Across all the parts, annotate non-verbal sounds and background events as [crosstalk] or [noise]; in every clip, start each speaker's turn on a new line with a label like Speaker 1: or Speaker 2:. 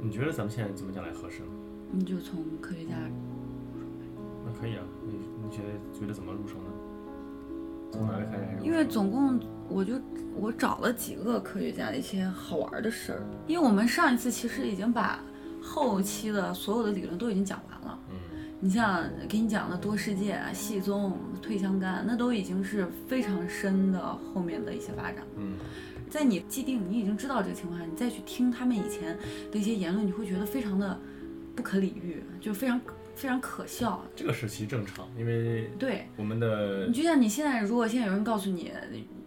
Speaker 1: 你觉得咱们现在怎么讲来合适呢？
Speaker 2: 你就从科学家入手呗，
Speaker 1: 那可以啊，你你觉得觉得怎么入手呢？从哪里开始还是入手？
Speaker 2: 因为总共我就我找了几个科学家的一些好玩的事儿，因为我们上一次其实已经把后期的所有的理论都已经讲完了。
Speaker 1: 嗯
Speaker 2: 你像给你讲的多世界、啊、系宗、退相干，那都已经是非常深的后面的一些发展。
Speaker 1: 嗯
Speaker 2: 在你既定你已经知道这个情况下，你再去听他们以前的一些言论，你会觉得非常的不可理喻，就非常非常可笑。
Speaker 1: 这个是其实正常，因为
Speaker 2: 对
Speaker 1: 我们的
Speaker 2: 你就像你现在，如果现在有人告诉你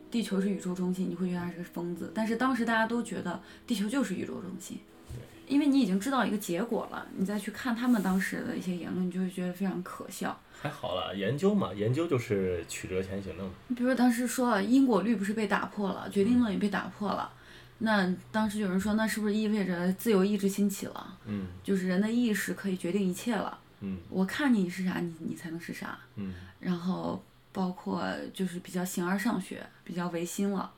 Speaker 2: 地球是宇宙中心，你会觉得他是个疯子。但是当时大家都觉得地球就是宇宙中心，因为你已经知道一个结果了，你再去看他们当时的一些言论，你就会觉得非常可笑。
Speaker 1: 还好啦，研究嘛，研究就是曲折前行的嘛。
Speaker 2: 你比如说当时说了因果律不是被打破了，决定论也被打破了，那当时有人说，那是不是意味着自由意志兴起了？
Speaker 1: 嗯
Speaker 2: 就是人的意识可以决定一切了。
Speaker 1: 嗯
Speaker 2: 我看你是啥，你你才能是啥。
Speaker 1: 嗯
Speaker 2: 然后包括就是比较形而上学，比较唯心了。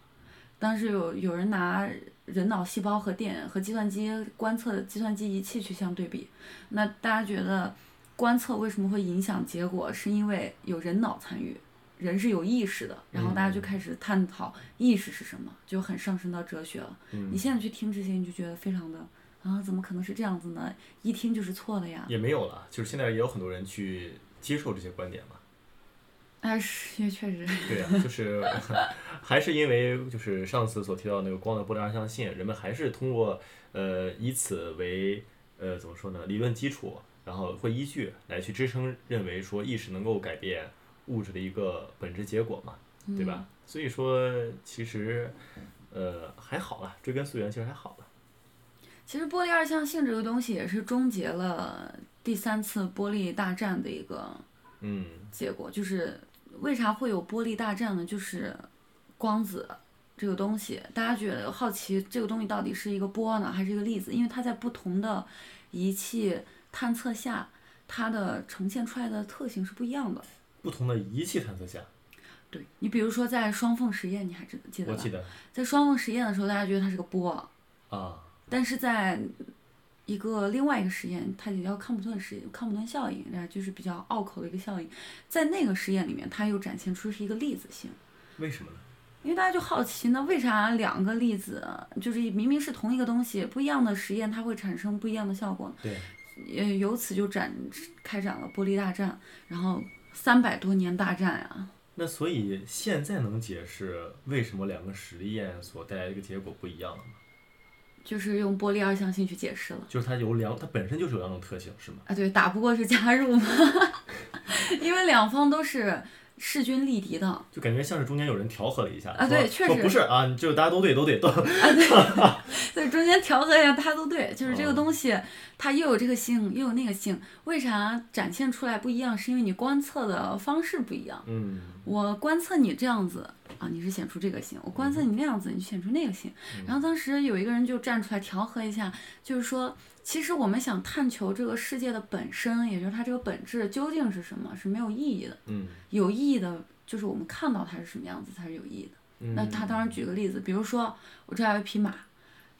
Speaker 2: 当时有有人拿人脑细胞和电和计算机观测计算机仪器去相对比，那大家觉得观测为什么会影响结果？是因为有人脑参与，人是有意识的，然后大家
Speaker 1: 嗯
Speaker 2: 就开始探讨意识是什么，就很上升到哲学了。你
Speaker 1: 嗯，
Speaker 2: 现在去听这些，你就觉得非常的啊，怎么可能是这样子呢？一听就是错的呀。
Speaker 1: 也没有了，就是现在也有很多人去接受这些观点嘛。
Speaker 2: 哎，是也确实，
Speaker 1: 对呀、就是 [laughs] 还是因为就是上次所提到那个光的波粒二象性，人们还是通过呃以此为呃怎么说呢理论基础，然后会依据来去支撑认为说意识能够改变物质的一个本质结果嘛，对吧？所以说其实呃还好啦，追根溯源其实还好了。
Speaker 2: 其实玻璃二象性这个东西也是终结了第三次玻璃大战的一个
Speaker 1: 嗯
Speaker 2: 结果，就是为啥会有玻璃大战呢？就是光子这个东西，大家觉得好奇这个东西到底是一个波呢，还是一个粒子？因为它在不同的仪器探测下，它的呈现出来的特性是不一样的。
Speaker 1: 不同的仪器探测下，
Speaker 2: 对你，比如说在双缝实验，你还记得记得
Speaker 1: 我
Speaker 2: 吧？
Speaker 1: 记得
Speaker 2: 在双缝实验的时候，大家觉得它是个波，
Speaker 1: 啊，
Speaker 2: 但是在一个另外一个实验，它也叫康普顿实康普顿效应，然后就是比较拗口的一个效应，在那个实验里面，它又展现出是一个粒子性。
Speaker 1: 为什么呢？
Speaker 2: 因为大家就好奇，那为啥两个粒子就是明明是同一个东西，不一样的实验它会产生不一样的效果呢？
Speaker 1: 对，
Speaker 2: 也由此就展开展了玻璃大战，然后三百多年大战啊呀、
Speaker 1: 那所以现在能解释为什么两个实验所带来的一个结果不一样了吗？
Speaker 2: 就是用玻璃二象性去解释了。
Speaker 1: 就是它有两，它本身就是有两种特性，是吗？
Speaker 2: 啊，对，打不过就加入嘛， [laughs] 因为两方都是势均力敌的啊，
Speaker 1: 就感觉像是中间有人调和了一下，
Speaker 2: 啊
Speaker 1: 说
Speaker 2: 对确
Speaker 1: 说
Speaker 2: 实
Speaker 1: 不是啊，你就大家都对，都
Speaker 2: [laughs]
Speaker 1: 对，都
Speaker 2: 对，对，中间调和一下，大家都对，就是这个
Speaker 1: 嗯
Speaker 2: 东西，它又有这个性，又有那个性，为啥展现出来不一样？是因为你观测的方式不一样，
Speaker 1: 嗯
Speaker 2: 我观测你这样子啊，你是显出这个性；我观测你那样子，你显出那个性。然后当时有一个人就站出来调和一下，就是说，其实我们想探求这个世界的本身，也就是它这个本质究竟是什么，是没有意义的。
Speaker 1: 嗯
Speaker 2: 有意义的，就是我们看到它是什么样子才是有意义的。
Speaker 1: 嗯。
Speaker 2: 那他当然举个例子，比如说我这儿有一匹马，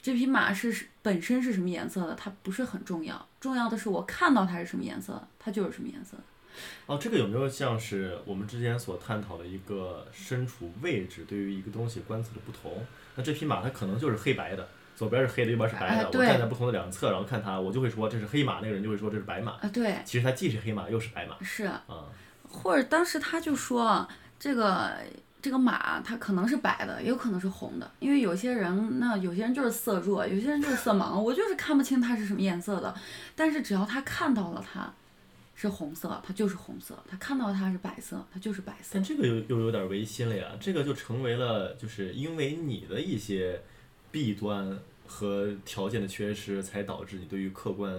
Speaker 2: 这匹马是本身是什么颜色的，它不是很重要，重要的是我看到它是什么颜色的，它就是什么颜色的。
Speaker 1: 哦，这个有没有像是我们之前所探讨的一个身处位置对于一个东西观测的不同？那这匹马它可能就是黑白的，左边是黑的，右边是白
Speaker 2: 哎
Speaker 1: 的。我
Speaker 2: 对
Speaker 1: 站在不同的两侧，然后看它，我就会说这是黑马，那个人就会说这是白马。
Speaker 2: 啊，对，
Speaker 1: 其实它既是黑马又是白马
Speaker 2: 是，
Speaker 1: 啊。
Speaker 2: 或者当时他就说这个。这个马它可能是白的，也有可能是红的，因为有些人那有些人就是色弱，有些人就是色盲，我就是看不清它是什么颜色的。但是只要他看到了它是红色，它就是红色；他看到它是白色，它就是白色
Speaker 1: 但。这个又又有点违心了呀，这个就成为了就是因为你的一些弊端和条件的缺失，才导致你对于客观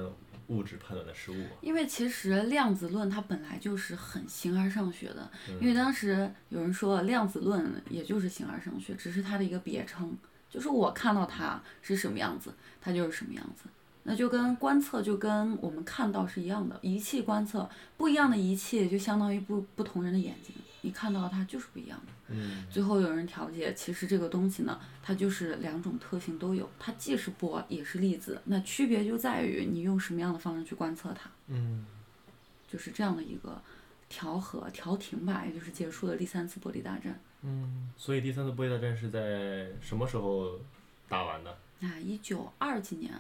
Speaker 1: 物质判断的失误啊。
Speaker 2: 因为其实量子论它本来就是很形而上学的，因为当时有人说量子论也就是形而上学，只是它的一个别称，就是我看到它是什么样子，它就是什么样子。那就跟观测就跟我们看到是一样的，仪器观测不一样的仪器就相当于不不同人的眼睛，一看到它就是不一样的。
Speaker 1: 嗯
Speaker 2: 最后有人调节，其实这个东西呢，它就是两种特性都有，它既是波也是粒子，那区别就在于你用什么样的方式去观测它，
Speaker 1: 嗯
Speaker 2: 就是这样的一个调和调停吧，也就是结束了第三次玻璃大战。
Speaker 1: 嗯。所以第三次玻璃大战是在什么时候打完的？
Speaker 2: 啊，一九二几年，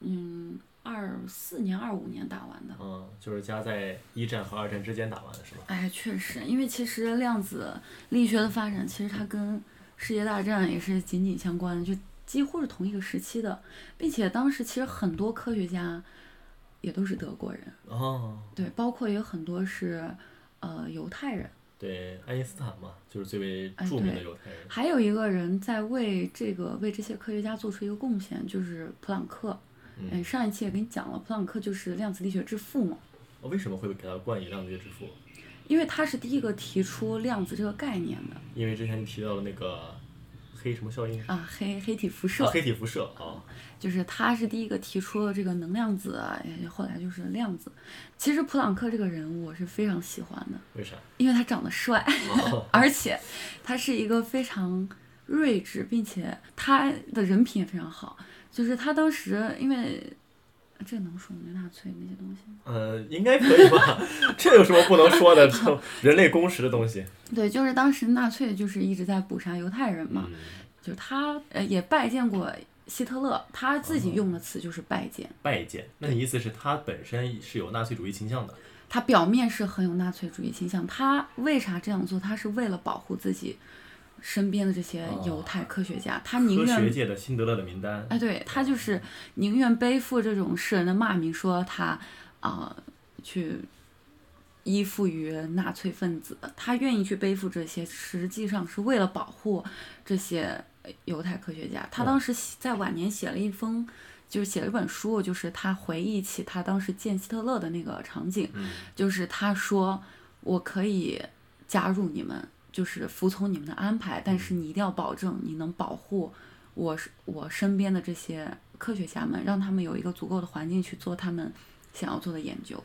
Speaker 2: 嗯，二四年、二五年打完的。
Speaker 1: 嗯，就是加在一战和二战之间打完的是吧？
Speaker 2: 哎，确实，因为其实量子力学的发展，其实它跟世界大战也是紧紧相关的，就几乎是同一个时期的，并且当时其实很多科学家也都是德国人，
Speaker 1: 哦，
Speaker 2: 对，包括也有很多是呃犹太人，
Speaker 1: 对，爱因斯坦嘛，就是最为
Speaker 2: 哎
Speaker 1: 著名的
Speaker 2: 对
Speaker 1: 犹太人。
Speaker 2: 还有一个人在为这个为这些科学家做出一个贡献，就是普朗克。哎，
Speaker 1: 嗯，
Speaker 2: 上一期也跟你讲了，普朗克就是量子力学之父嘛，
Speaker 1: 哦为什么会给他冠以量子之父？
Speaker 2: 因为他是第一个提出量子这个概念的
Speaker 1: 因为之前你提到了那个黑什么效应，啊
Speaker 2: 啊，黑黑体辐射。嗯
Speaker 1: 黑体辐射啊。
Speaker 2: 就是他是第一个提出了这个能量子，哎后来就是量子。其实普朗克这个人我是非常喜欢的，
Speaker 1: 为啥？
Speaker 2: 因为他长得帅，
Speaker 1: 哦
Speaker 2: [laughs] 而且他是一个非常睿智，并且他的人品也非常好。就是他当时因为这能说吗？纳粹那些东西吗？
Speaker 1: 呃，应该可以吧？ [laughs] 这有什么不能说
Speaker 2: [laughs]
Speaker 1: 的？这种人类共识的东西。
Speaker 2: 对，就是当时纳粹就是一直在捕杀犹太人嘛，
Speaker 1: 嗯，
Speaker 2: 就是他呃也拜见过希特勒，他自
Speaker 1: 哦
Speaker 2: 己用的词就是拜见。
Speaker 1: 拜见。那你意思是他本身是有纳粹主义倾向的？
Speaker 2: 他表面是很有纳粹主义倾向，他为啥这样做？他是为了保护自己身边的这些犹太科学家，他宁
Speaker 1: 哦科学
Speaker 2: 愿
Speaker 1: 界的辛德勒的名单。
Speaker 2: 哎，对他就是宁愿背负这种世人的骂名，说他啊、去依附于纳粹分子，他愿意去背负这些，实际上是为了保护这些呃犹太科学家。他当时写在晚年写了一封。就是写了一本书，就是他回忆起他当时见希特勒的那个场景，
Speaker 1: 嗯
Speaker 2: 就是他说我可以加入你们，就是服从你们的安排，但是你一定要保证你能保护我是我身边的这些科学家们，让他们有一个足够的环境去做他们想要做的研究。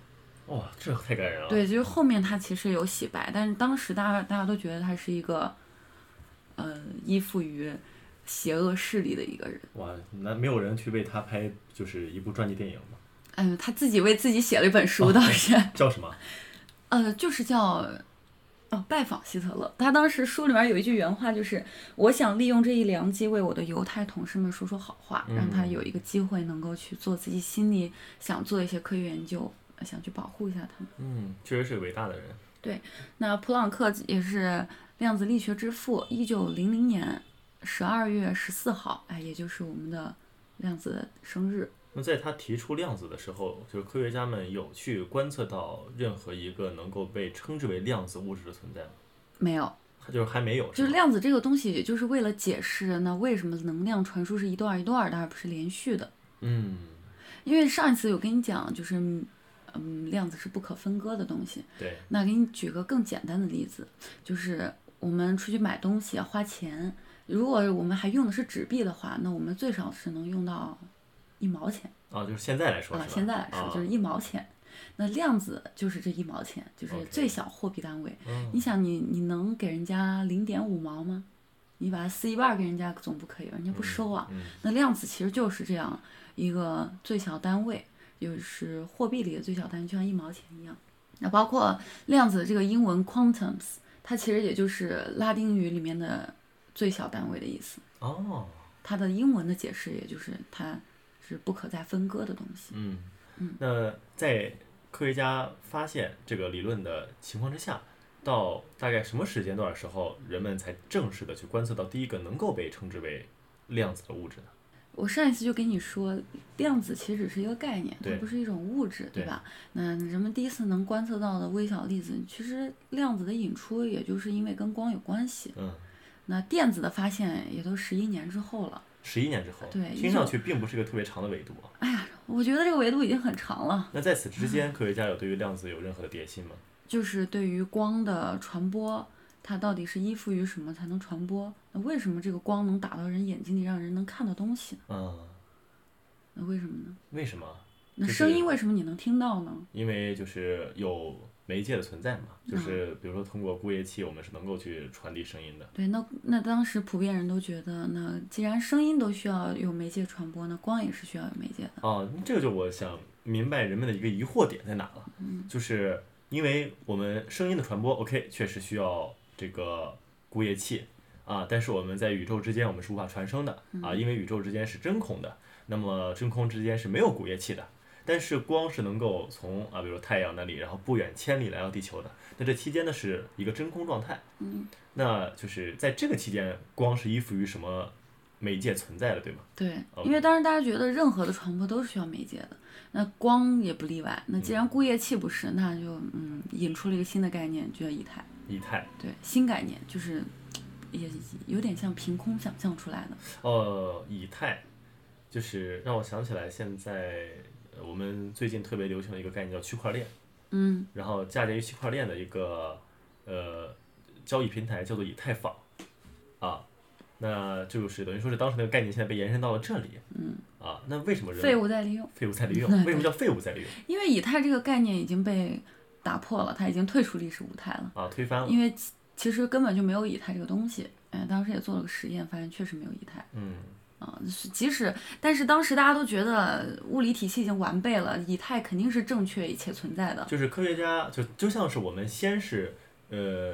Speaker 1: 哇、这太感人了。
Speaker 2: 对，就是后面他其实有洗白，但是当时大家大家都觉得他是一个，呃，依附于邪恶势力的一个人。
Speaker 1: 哇，那没有人去为他拍就是一部传记电影吗？
Speaker 2: 嗯、他自己为自己写了一本书，倒是。
Speaker 1: 叫什么？
Speaker 2: 呃，就是叫哦，拜访希特勒。他当时书里面有一句原话，就是我想利用这一良机为我的犹太同事们说说好话，让他
Speaker 1: 嗯
Speaker 2: 有一个机会能够去做自己心里想做的一些科学研究，呃想去保护一下他们。
Speaker 1: 嗯，确实是个伟大的人。
Speaker 2: 那普朗克也是量子力学之父，一九零零年十二月十四号，哎，也就是我们的量子的生日。
Speaker 1: 那在他提出量子的时候，就是科学家们有去观测到任何一个能够被称之为量子物质的存在吗？
Speaker 2: 没有，
Speaker 1: 他就是还没有，
Speaker 2: 就是是
Speaker 1: 吗
Speaker 2: 量子这个东西，也就是为了解释那为什么能量传输是一段儿一段儿的，而不是连续的。
Speaker 1: 嗯，
Speaker 2: 因为上一次有跟你讲，就是嗯，量子是不可分割的东西。
Speaker 1: 对，
Speaker 2: 那给你举个更简单的例子，就是我们出去买东西要花钱，如果我们还用的是纸币的话，那我们最少是能用到一毛钱
Speaker 1: 啊，就是现在来说
Speaker 2: 啊
Speaker 1: 是。吧？
Speaker 2: 现在来说
Speaker 1: 啊
Speaker 2: 就是一毛钱，那量子就是这一毛钱，就是
Speaker 1: OK
Speaker 2: 最小货币单位。
Speaker 1: 嗯
Speaker 2: 你想你，你能给人家零点五毛吗？你把它撕一半儿给人家总不可以吧？人家不收啊。
Speaker 1: 嗯
Speaker 2: 那量子其实就是这样一个最小单位，就是货币里的最小单位，就像一毛钱一样。那包括量子这个英文 quantums，它其实也就是拉丁语里面的最小单位的意思。
Speaker 1: 哦，
Speaker 2: 它的英文的解释也就是它是不可再分割的东西。
Speaker 1: 嗯
Speaker 2: 嗯，
Speaker 1: 那在科学家发现这个理论的情况之下，到大概什么时间段的时候，人们才正式的去观测到第一个能够被称之为量子的物质呢？
Speaker 2: 我上一次就跟你说，量子其实只是一个概念，它
Speaker 1: 对
Speaker 2: 不是一种物质，对
Speaker 1: 对
Speaker 2: 吧？那人们第一次能观测到的微小粒子，其实量子的引出也就是因为跟光有关系。
Speaker 1: 嗯，
Speaker 2: 那电子的发现也都十一年之后了，
Speaker 1: 十一年之后，
Speaker 2: 对
Speaker 1: 听上去并不是一个特别长的维度
Speaker 2: [laughs]
Speaker 1: 啊。
Speaker 2: 哎我觉得这个维度已经很长了。
Speaker 1: 那在此之间，科学家有对于量子有任何的迭心吗？
Speaker 2: 就是对于光的传播，它到底是依附于什么才能传播？那为什么这个光能打到人眼睛里，让人能看到东西呢？
Speaker 1: 嗯，
Speaker 2: 那为什么呢？
Speaker 1: 为什么？
Speaker 2: 那
Speaker 1: 就是
Speaker 2: 声音为什么你能听到呢？
Speaker 1: 因为就是有媒介的存在嘛，就是
Speaker 2: 嗯
Speaker 1: 比如说通过固液器，我们是能够去传递声音的。
Speaker 2: 对，那那当时普遍人都觉得，那既然声音都需要有媒介传播，那光也是需要有媒介的。
Speaker 1: 哦，这个就我想明白人们的一个疑惑点在哪了，就是因为我们声音的传播，OK，确实需要这个固液器啊，但是我们在宇宙之间我们是无法传声的啊，因为宇宙之间是真空的，那么真空之间是没有固液器的。但是光是能够从啊，比如太阳那里，然后不远千里来到地球的，那这期间呢是一个真空状态。
Speaker 2: 嗯，
Speaker 1: 那就是在这个期间，光是依附于什么媒介存在的，对吗？
Speaker 2: 对，
Speaker 1: OK
Speaker 2: 因为当时大家觉得任何的传播都是需要媒介的，那光也不例外。那既然固液器不是，那就嗯，引出了一个新的概念，就叫以太。
Speaker 1: 以太。
Speaker 2: 对，新概念就是也有点像凭空想象出来的。
Speaker 1: 呃，以太，就是让我想起来现在呃我们最近特别流行的一个概念叫区块链，
Speaker 2: 嗯，
Speaker 1: 然后嫁接于区块链的一个呃交易平台叫做以太坊，啊，那就是等于说是当时那个概念现在被延伸到了这里，嗯，啊，那为什么人
Speaker 2: 废物再利用，
Speaker 1: 废物再 [laughs] 利用？为什么叫废物再利用？
Speaker 2: 因为以太这个概念已经被打破了，它已经退出历史舞台了，
Speaker 1: 啊，推翻了，
Speaker 2: 因为其其实根本就没有以太这个东西。哎，当时也做了个实验，发现确实没有以太。
Speaker 1: 嗯，
Speaker 2: 啊，是即使，但是当时大家都觉得物理体系已经完备了，以太肯定是正确且存在的。
Speaker 1: 就是科学家就就像是我们先是呃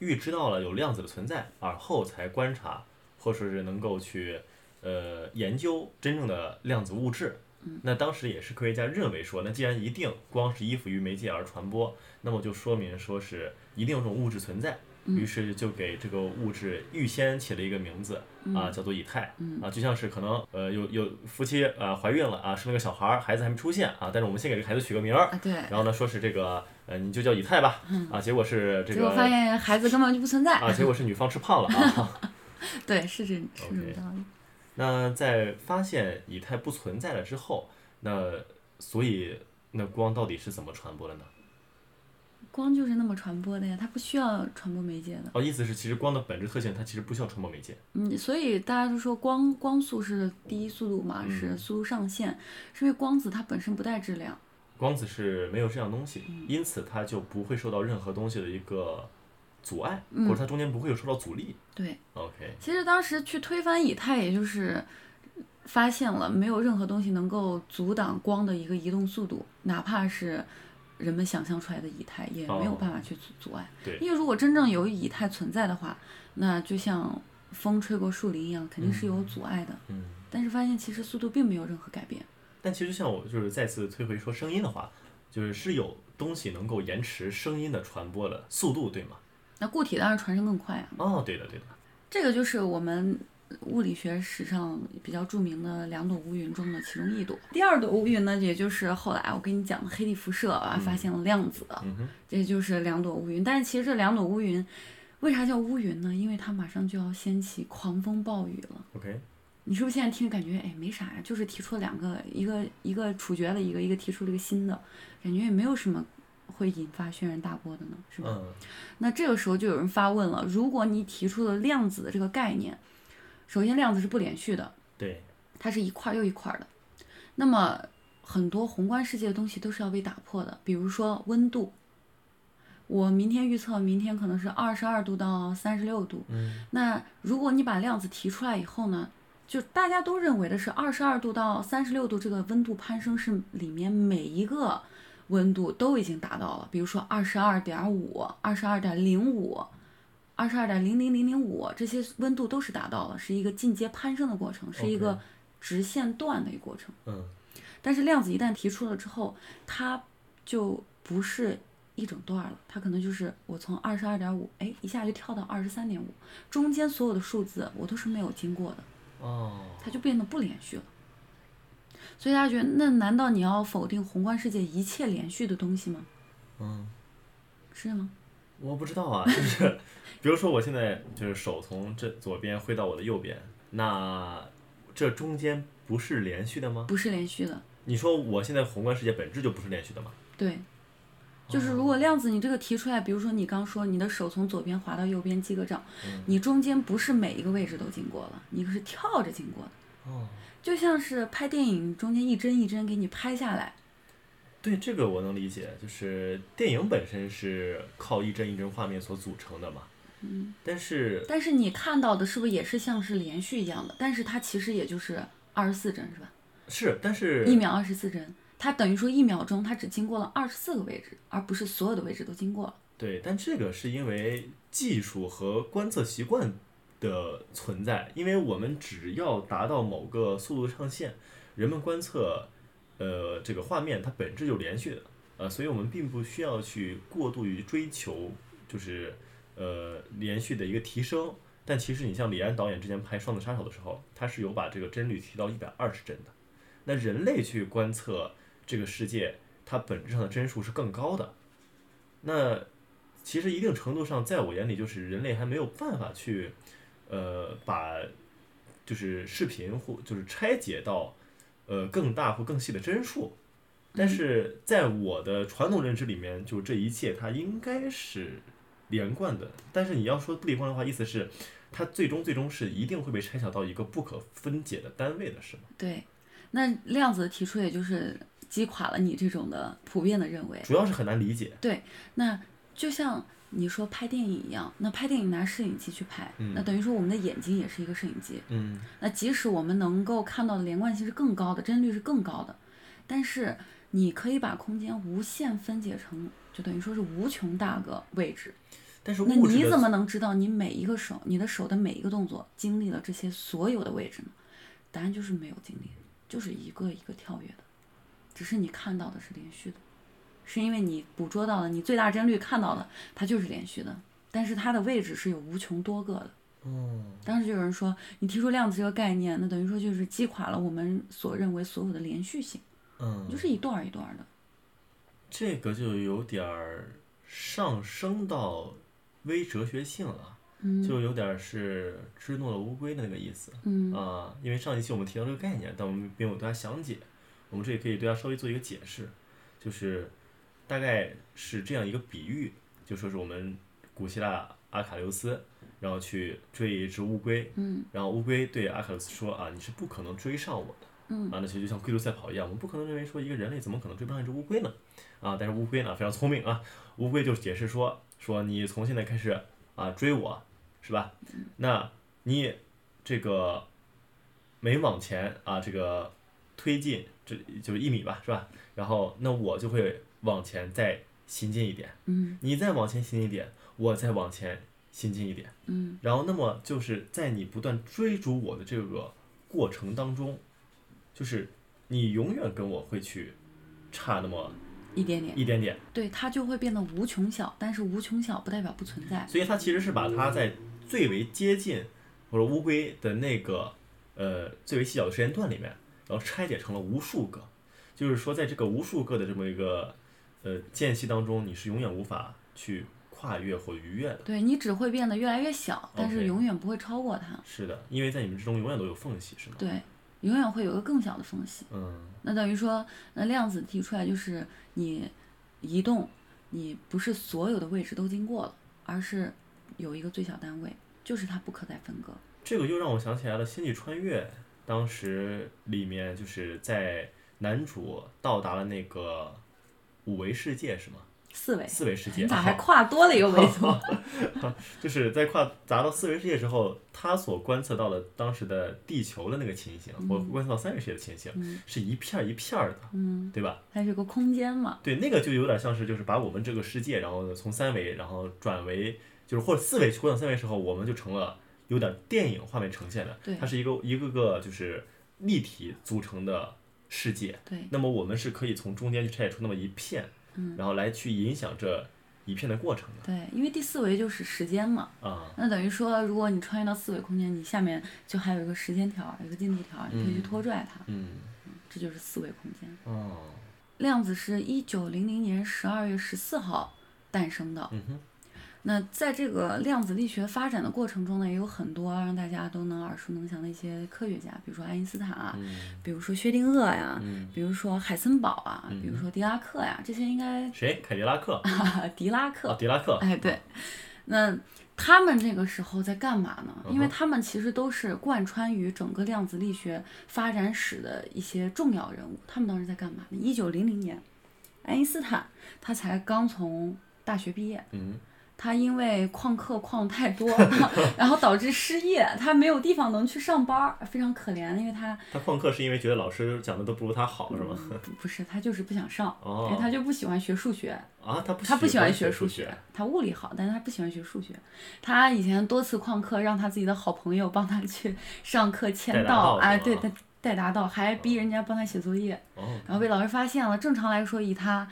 Speaker 1: 预知到了有量子的存在，而后才观察或者说是能够去呃研究真正的量子物质。那当时也是科学家认为说，那既然一定光是依附于媒介而传播，那么就说明说是一定有这种物质存在。于是就给这个物质预先起了一个名字啊，叫做以太啊，就像是可能呃有有夫妻呃怀孕了啊，生了个小孩儿，孩子还没出现啊，但是我们先给这个孩子取个名儿，
Speaker 2: 啊，对，
Speaker 1: 然后呢，说是这个，呃，你就叫以太吧，啊，结果是这
Speaker 2: 嗯结果发
Speaker 1: 个，
Speaker 2: 现孩子根本就不存在。
Speaker 1: 啊，结果是女方吃胖了啊。 [laughs]
Speaker 2: 对，是这，是这种
Speaker 1: OK
Speaker 2: 道理。
Speaker 1: 那在发现以太不存在了之后，那所以那光到底是怎么传播的呢？
Speaker 2: 光就是那么传播的呀，它不需要传播媒介的。
Speaker 1: 哦，意思是其实光的本质特性，它其实不需要传播媒介。
Speaker 2: 嗯，所以大家都说光光速是第一速度嘛，
Speaker 1: 嗯
Speaker 2: 是速度上限，是因为光子它本身不带质量。
Speaker 1: 光子是没有这样东西，
Speaker 2: 嗯
Speaker 1: 因此它就不会受到任何东西的一个阻碍，或者它中间不会有受到阻力。
Speaker 2: 嗯对，
Speaker 1: OK，
Speaker 2: 其实当时去推翻以太，也就是发现了没有任何东西能够阻挡光的一个移动速度，哪怕是人们想象出来的以太，也没有
Speaker 1: 哦
Speaker 2: 办法去阻阻碍。
Speaker 1: 对
Speaker 2: 因为如果真正有以太存在的话，那就像风吹过树林一样，肯定是有阻碍的。
Speaker 1: 嗯。
Speaker 2: 但是发现其实速度并没有任何改变。
Speaker 1: 但其实像我就是再次推回说声音的话，就是是有东西能够延迟声音的传播的速度，对吗？
Speaker 2: 那固体当然传声更快啊。
Speaker 1: 哦，对的，对的。
Speaker 2: 这个就是我们物理学史上比较著名的两朵乌云中的其中一朵。第二朵乌云呢，也就是后来我跟你讲的黑体辐射啊，发现了量子，
Speaker 1: 嗯哼，
Speaker 2: 这就是两朵乌云。但是其实这两朵乌云为啥叫乌云呢？因为它马上就要掀起狂风暴雨了。
Speaker 1: OK，
Speaker 2: 你是不是现在听着感觉哎没啥呀？就是提出了两个，一个一个处决了一个，一个提出了一个新的，感觉也没有什么会引发轩然大波的呢，是吧？
Speaker 1: 嗯，
Speaker 2: 那这个时候就有人发问了：如果你提出了量子的这个概念，首先量子是不连续的，
Speaker 1: 对，
Speaker 2: 它是一块儿又一块儿的。那么很多宏观世界的东西都是要被打破的，比如说温度。我明天预测，明天可能是二十二度到三十六度。
Speaker 1: 嗯，
Speaker 2: 那如果你把量子提出来以后呢，就大家都认为的是二十二度到三十六度这个温度攀升是里面每一个温度都已经达到了，比如说二十二点五、二十二点零五、二十二点零零零零五这些温度都是达到了，是一个进阶攀升的过程，是一个
Speaker 1: OK
Speaker 2: 直线段的一个过程。
Speaker 1: 嗯，
Speaker 2: 但是量子一旦提出了之后，它就不是一整段了，它可能就是我从二十二点五，哎，一下就跳到二十三点五，中间所有的数字我都是没有经过的，
Speaker 1: 哦，
Speaker 2: 它就变得不连续了。所以大家觉得，那难道你要否定宏观世界一切连续的东西吗？
Speaker 1: 嗯，
Speaker 2: 是吗？
Speaker 1: 我不知道 [laughs] 啊，就是，比如说我现在就是手从这左边挥到我的右边，那这中间不是连续的吗？
Speaker 2: 不是连续的，
Speaker 1: 你说我现在宏观世界本质就不是连续的吗？
Speaker 2: 对。就是如果量子你这个提出来，比如说你刚说你的手从左边滑到右边击个掌，你中间不是每一个位置都经过了，你是跳着经过的。
Speaker 1: 哦，
Speaker 2: 就像是拍电影中间一帧一帧给你拍下来，
Speaker 1: 对这个我能理解，就是电影本身是靠一帧一帧画面所组成的嘛。嗯。但是
Speaker 2: 但是你看到的是不是也是像是连续一样的？但是它其实也就是二十四帧是吧？
Speaker 1: 是，但是
Speaker 2: 一秒二十四帧，它等于说一秒钟它只经过了二十四个位置，而不是所有的位置都经过了。
Speaker 1: 对，但这个是因为技术和观测习惯的存在，因为我们只要达到某个速度上限，人们观测，呃，这个画面它本质就连续的，呃，所以我们并不需要去过度于追求，就是呃连续的一个提升。但其实你像李安导演之前拍《双子杀手》的时候，他是有把这个帧率提到一百二十帧的。那人类去观测这个世界，它本质上的帧数是更高的。那其实一定程度上，在我眼里，就是人类还没有办法去，呃，把就是视频或就是拆解到，呃，更大或更细的帧数。
Speaker 2: 嗯
Speaker 1: 但是在我的传统认知里面，就这一切它应该是连贯的。但是你要说不连贯的话，意思是它最终最终是一定会被拆小到一个不可分解的单位的，是吗？
Speaker 2: 对，那量子提出也就是击垮了你这种的普遍的认为。
Speaker 1: 主要是很难理解。
Speaker 2: 对，那就像你说拍电影一样，那拍电影拿摄影机去拍，那等于说我们的眼睛也是一个摄影机。
Speaker 1: 嗯，
Speaker 2: 那即使我们能够看到的连贯性是更高的，帧率是更高的，但是你可以把空间无限分解成，就等于说是无穷大个位置。
Speaker 1: 但是
Speaker 2: 那
Speaker 1: 物质
Speaker 2: 你
Speaker 1: 的
Speaker 2: 怎么能知道你每一个手、你的手的每一个动作经历了这些所有的位置呢？答案就是没有经历，就是一个一个跳跃的，只是你看到的是连续的，是因为你捕捉到了你最大帧率看到的，它就是连续的，但是它的位置是有无穷多个的。
Speaker 1: 嗯，
Speaker 2: 当时就有人说，你提出量子这个概念，那等于说就是击垮了我们所认为所有的连续性，
Speaker 1: 嗯，
Speaker 2: 就是一段儿一段儿的。
Speaker 1: 这个就有点儿上升到微哲学性了，就有点儿是芝诺的乌龟的那个意思。
Speaker 2: 嗯
Speaker 1: 啊，因为上一期我们提到这个概念，但我们并没有对它详解，我们这里可以对它稍微做一个解释，就是大概是这样一个比喻，就说是我们古希腊阿卡琉斯，然后去追一只乌龟，
Speaker 2: 嗯，
Speaker 1: 然后乌龟对阿卡琉斯说啊，你是不可能追上我的，
Speaker 2: 嗯，
Speaker 1: 啊，那其实就像龟兔赛跑一样，我们不可能认为说一个人类怎么可能追不上一只乌龟呢？啊，但是乌龟呢非常聪明啊，乌龟就解释说说你从现在开始啊追我，是吧？那你这个每往前啊，这个推进，这就是一米吧，是吧？然后那我就会往前再行进一点，
Speaker 2: 嗯
Speaker 1: 你再往前行进一点，我再往前行进一点，
Speaker 2: 嗯
Speaker 1: 然后那么就是在你不断追逐我的这个过程当中，就是你永远跟我会去差那么
Speaker 2: 一点点，
Speaker 1: 一点点，
Speaker 2: 对它就会变得无穷小，但是无穷小不代表不存在。
Speaker 1: 所以它其实是把它在最为接近或者乌龟的那个呃最为细小的时间段里面，然后拆解成了无数个，就是说在这个无数个的这么一个呃间隙当中，你是永远无法去跨越或逾越的。
Speaker 2: 对你只会变得越来越小，但是
Speaker 1: OK
Speaker 2: 永远不会超过它。
Speaker 1: 是的，因为在你们之中永远都有缝隙，是吗？
Speaker 2: 对，永远会有一个更小的缝隙。
Speaker 1: 嗯
Speaker 2: 那等于说，那量子提出来就是你移动，你不是所有的位置都经过了，而是有一个最小单位，就是它不可再分割。
Speaker 1: 这个又让我想起来了《星际穿越》，当时里面就是在男主到达了那个五维世界是吗？
Speaker 2: 四维，
Speaker 1: 四维世界，
Speaker 2: 你咋
Speaker 1: 啊
Speaker 2: 还跨
Speaker 1: [laughs]
Speaker 2: 多了一个维度？
Speaker 1: 就是在跨砸到四维世界之后，他所观测到的当时的地球的那个情形，
Speaker 2: 嗯
Speaker 1: 我观测到三维世界的情形，是一片儿一片儿的，
Speaker 2: 嗯
Speaker 1: 对吧？
Speaker 2: 它是个空间嘛？
Speaker 1: 对，那个就有点像是就是把我们这个世界，然后从三维，然后转为就是或者四维去扩展三维的时候，我们就成了有点电影画面呈现的
Speaker 2: 对，
Speaker 1: 它是一个一个个就是立体组成的世界。
Speaker 2: 对，嗯
Speaker 1: 那么我们是可以从中间去拆解出那么一片，然后来去影响这一片的过程的
Speaker 2: 对，因为第四维就是时间嘛。
Speaker 1: 啊。
Speaker 2: 那等于说，如果你穿越到四维空间，你下面就还有一个时间条，有一个进度条，你可以去拖拽它，
Speaker 1: 嗯，
Speaker 2: 这就是四维空间。
Speaker 1: 哦，
Speaker 2: 量子是一九零零年十二月十四号诞生的。
Speaker 1: 嗯哼。
Speaker 2: 那在这个量子力学发展的过程中呢，也有很多让大家都能耳熟能详的一些科学家，比如说爱因斯坦啊，比如说薛定谔呀、比如说海森堡啊，比如说狄拉克呀、这些应该 [laughs]
Speaker 1: 谁？凯迪拉克
Speaker 2: 啊，狄拉克
Speaker 1: 啊，迪拉 [laughs] 克。
Speaker 2: 哎，对，那他们这个时候在干嘛呢？因为他们其实都是贯穿于整个量子力学发展史的一些重要人物。他们当时在干嘛呢？一九零零年，爱因斯坦他才刚从大学毕业，
Speaker 1: 嗯，
Speaker 2: 他因为旷课旷太多了， [laughs] 然后导致失业，他没有地方能去上班儿，非常可怜。因为他
Speaker 1: 他旷课是因为觉得老师讲的都不如他好，是吗？
Speaker 2: 不不是他就是不想上，
Speaker 1: 哦
Speaker 2: 嗯哎他就不喜欢学数学，
Speaker 1: 啊，他不
Speaker 2: 他不喜欢学
Speaker 1: 数
Speaker 2: 数学，他物理好，但是他不喜欢学数学。他以前多次旷课，让他自己的好朋友帮他去上课签
Speaker 1: 代答
Speaker 2: 到，
Speaker 1: 到
Speaker 2: 哎，
Speaker 1: 是
Speaker 2: 对，
Speaker 1: 吗
Speaker 2: 代代答到，还逼人家帮他写作业，
Speaker 1: 哦，
Speaker 2: 然后被老师发现了。正常来说，以他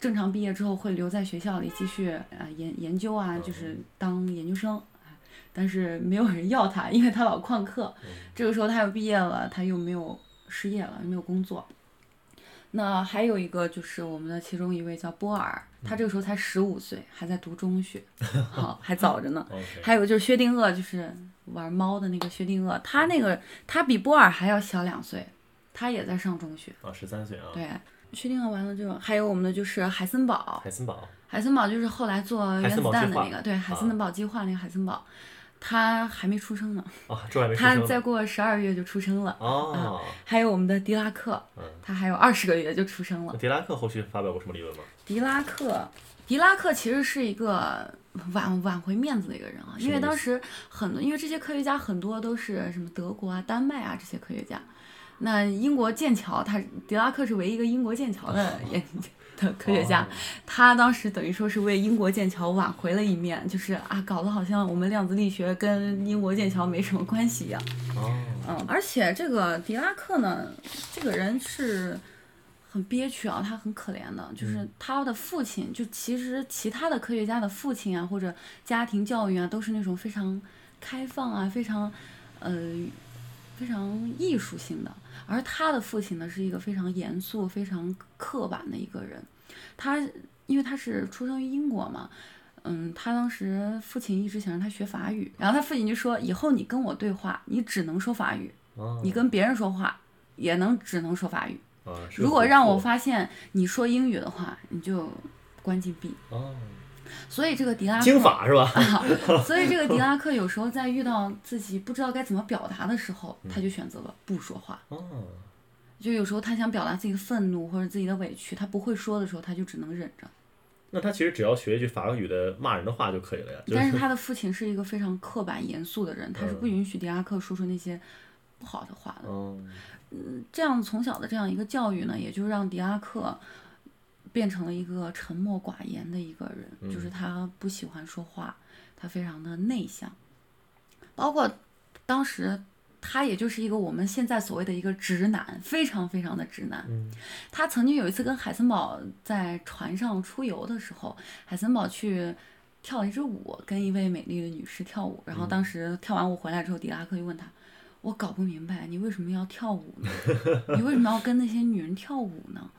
Speaker 2: 正常毕业之后会留在学校里继续啊研研究啊，就是当研究生。哎但是没有人要他，因为他老旷课。这个时候他又毕业了，他又没有失业了，又没有工作。那还有一个就是我们的其中一位叫波尔，他这个时候才十五岁，还在读中学，好、还早着呢。
Speaker 1: OK，
Speaker 2: 还有就是薛定谔，就是玩猫的那个薛定谔，他那个他比波尔还要小两岁，他也在上中学。
Speaker 1: 啊，十三岁啊，
Speaker 2: 对，薛定谔完了之后，还有我们的就是海森堡，
Speaker 1: 海森堡，
Speaker 2: 海森堡就是后来做
Speaker 1: 海
Speaker 2: 原
Speaker 1: 森
Speaker 2: 子
Speaker 1: 堡
Speaker 2: 弹
Speaker 1: 计
Speaker 2: 的
Speaker 1: 划嗯
Speaker 2: 那个，对，海森堡计划那个海森堡，他还没出生呢，
Speaker 1: 啊，这还没出
Speaker 2: 他嗯
Speaker 1: 生呢
Speaker 2: 再过十二月就出生了。
Speaker 1: 哦，
Speaker 2: 还有我们的狄拉克，
Speaker 1: 嗯
Speaker 2: 他还有二十个月就出生了
Speaker 1: 那。狄拉克后续发表过什么理论吗？
Speaker 2: 狄拉克，狄拉克其实是一个挽挽回面子的一个人啊，因为当时很多，因为这些科学家很多都是什么德国啊、丹麦啊这些科学家。那英国剑桥，他狄拉克是唯一一个英国剑
Speaker 1: [laughs]
Speaker 2: 桥的研的科学家，他当时等于说是为英国剑桥挽回了一面，就是啊，搞得好像我们量子力学跟英国剑桥没什么关系一样。
Speaker 1: 哦，
Speaker 2: 嗯，而且这个狄拉克呢，这个人是很憋屈啊，他很可怜的，就是他的父亲，就其实其他的科学家的父亲啊，或者家庭教育啊，都是那种非常开放啊，非常呃非常艺术性的，而他的父亲呢，是一个非常严肃、非常刻板的一个人，他因为他是出生于英国嘛，嗯，他当时父亲一直想让他学法语，然后他父亲就说：“以后你跟我对话，你只能说法语，
Speaker 1: 哦
Speaker 2: 你跟别人说话也能只能说法语。
Speaker 1: 啊，是个
Speaker 2: 如果让我
Speaker 1: 活
Speaker 2: 发现你说英语的话，你就关禁闭。
Speaker 1: 佛哦，”
Speaker 2: 所以这个狄拉克，
Speaker 1: 经法是吧？
Speaker 2: 所以
Speaker 1: [laughs]
Speaker 2: 这个狄拉克有时候在遇到自己不知道该怎么表达的时候，
Speaker 1: 嗯
Speaker 2: 他就选择了不说话。
Speaker 1: 哦，
Speaker 2: 就有时候他想表达自己的愤怒或者自己的委屈，他不会说的时候，他就只能忍着。
Speaker 1: 那他其实只要学一句法语的骂人的话就可以了呀，就
Speaker 2: 但
Speaker 1: 是嗯
Speaker 2: 是他的父亲是一个非常刻板严肃的人，他是不允许狄拉克说出那些不好的话的。
Speaker 1: 哦，
Speaker 2: 这样从小的这样一个教育呢，也就让狄拉克变成了一个沉默寡言的一个人，就是他不喜欢说话，他非常的内向，包括当时。他也就是一个我们现在所谓的一个直男，非常非常的直男。他曾经有一次跟海森堡在船上出游的时候，海森堡去跳了一支舞，跟一位美丽的女士跳舞。然后当时跳完舞回来之后，狄拉克就问他：“我搞不明白你为什么要跳舞呢？你为什么要跟那些女人跳舞呢？ [laughs]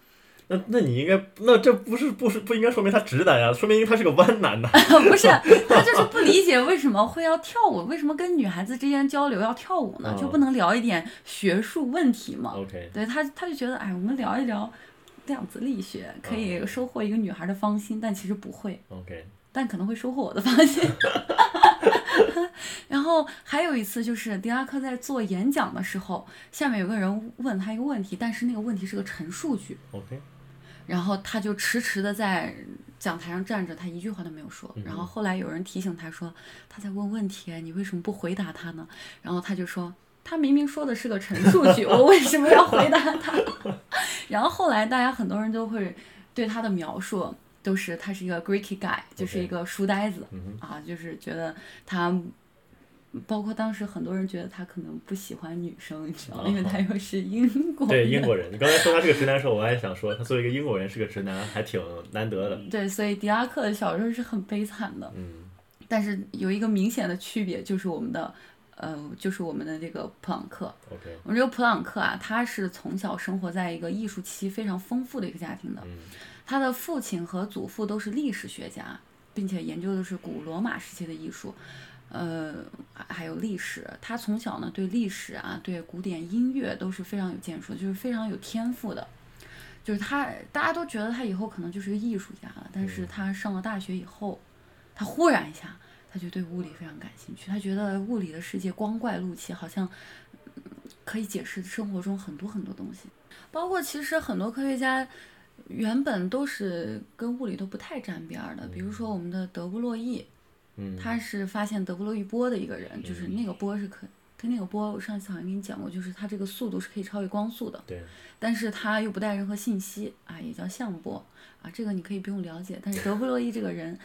Speaker 1: 那那你应该，那这不是不是不应该说明他直男呀，说明他是个弯
Speaker 2: [laughs]
Speaker 1: 男呐。
Speaker 2: 不是，他就是不理解为什么会要跳舞，为什么跟女孩子之间交流要跳舞呢？
Speaker 1: 嗯
Speaker 2: 就不能聊一点学术问题吗？
Speaker 1: OK，
Speaker 2: 对他，他就觉得，哎，我们聊一聊量子力学，可以收获一个女孩的芳心，但其实不会。
Speaker 1: OK，
Speaker 2: 但可能会收获我的芳心。 [laughs] 然后还有一次就是狄拉克在做演讲的时候，下面有个人问他一个问题，但是那个问题是个陈述句，
Speaker 1: OK，
Speaker 2: 然后他就迟迟的在讲台上站着，他一句话都没有说。然后后来有人提醒他说他在问问题，你为什么不回答他呢？然后他就说他明明说的是个陈述句， [laughs] 我为什么要回答他？ [laughs] 然后后来大家很多人都会对他的描述都是他是一个 Greeky guy，就是一个书呆子 [laughs]
Speaker 1: 嗯
Speaker 2: 啊，就是觉得他。包括当时很多人觉得他可能不喜欢女生，你知道吗？因为他又是英国
Speaker 1: 对
Speaker 2: 人
Speaker 1: 英国人，你刚才说他是个直男的时候，我还想说他作为一个英国人是个直男，还挺难得的。
Speaker 2: 对，所以狄拉克小时候是很悲惨的，
Speaker 1: 嗯，
Speaker 2: 但是有一个明显的区别，就是我们的，呃，就是我们的这个普朗克。
Speaker 1: OK，
Speaker 2: 我们这个普朗克啊，他是从小生活在一个艺术期非常丰富的一个家庭的，
Speaker 1: 嗯
Speaker 2: 他的父亲和祖父都是历史学家，并且研究的是古罗马时期的艺术，呃，还还有历史。他从小呢对历史啊，对古典音乐都是非常有建树，就是非常有天赋的。就是他，大家都觉得他以后可能就是个艺术家了，但是他上了大学以后，他忽然一下，他就对物理非常感兴趣。他觉得物理的世界光怪陆奇，好像嗯可以解释生活中很多很多东西。包括其实很多科学家原本都是跟物理都不太沾边儿的，比如说我们的德布洛意，
Speaker 1: 嗯，
Speaker 2: 他是发现德布洛意波的一个人，就是那个波是可，他那个波我上次好像跟你讲过，就是它这个速度是可以超越光速的，
Speaker 1: 对，
Speaker 2: 但是它又不带任何信息啊，也叫相波啊，这个你可以不用了解。但是德布洛意这个人，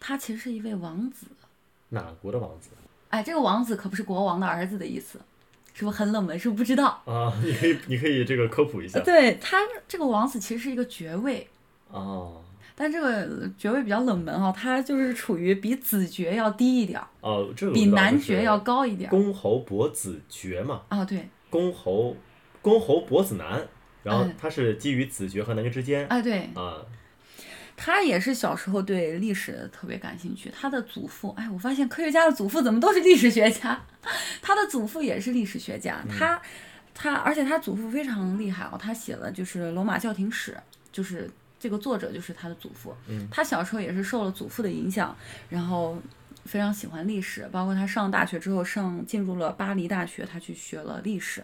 Speaker 2: 他其实是一位王子，
Speaker 1: 哪国的王子
Speaker 2: 哎，这个王子可不是国王的儿子的意思，是不是很冷门？是不是不知道？
Speaker 1: 啊？ [laughs] 你可以，你可以这个科普一下
Speaker 2: 对他这个王子其实是一个爵位，
Speaker 1: 哦
Speaker 2: 但这个爵位比较冷门哈、它就是处于比子爵要低一点儿，
Speaker 1: 哦，这个我
Speaker 2: 比
Speaker 1: 知道
Speaker 2: 男
Speaker 1: 就是
Speaker 2: 爵要高一点儿。
Speaker 1: 公侯伯子爵嘛，
Speaker 2: 啊，对，
Speaker 1: 公侯公侯伯子男，然后
Speaker 2: 嗯
Speaker 1: 他是基于子爵和男爵之间
Speaker 2: 哎，对，
Speaker 1: 啊，
Speaker 2: 他也是小时候对历史特别感兴趣。他的祖父，哎，我发现科学家的祖父怎么都是历史学家， [laughs] 他的祖父也是历史学家。他他，而且他祖父非常厉害哦，他写了就是罗马教廷史，就是这个作者就是他的祖父。
Speaker 1: 嗯
Speaker 2: 他小时候也是受了祖父的影响，然后非常喜欢历史，包括他上大学之后上进入了巴黎大学，他去学了历史。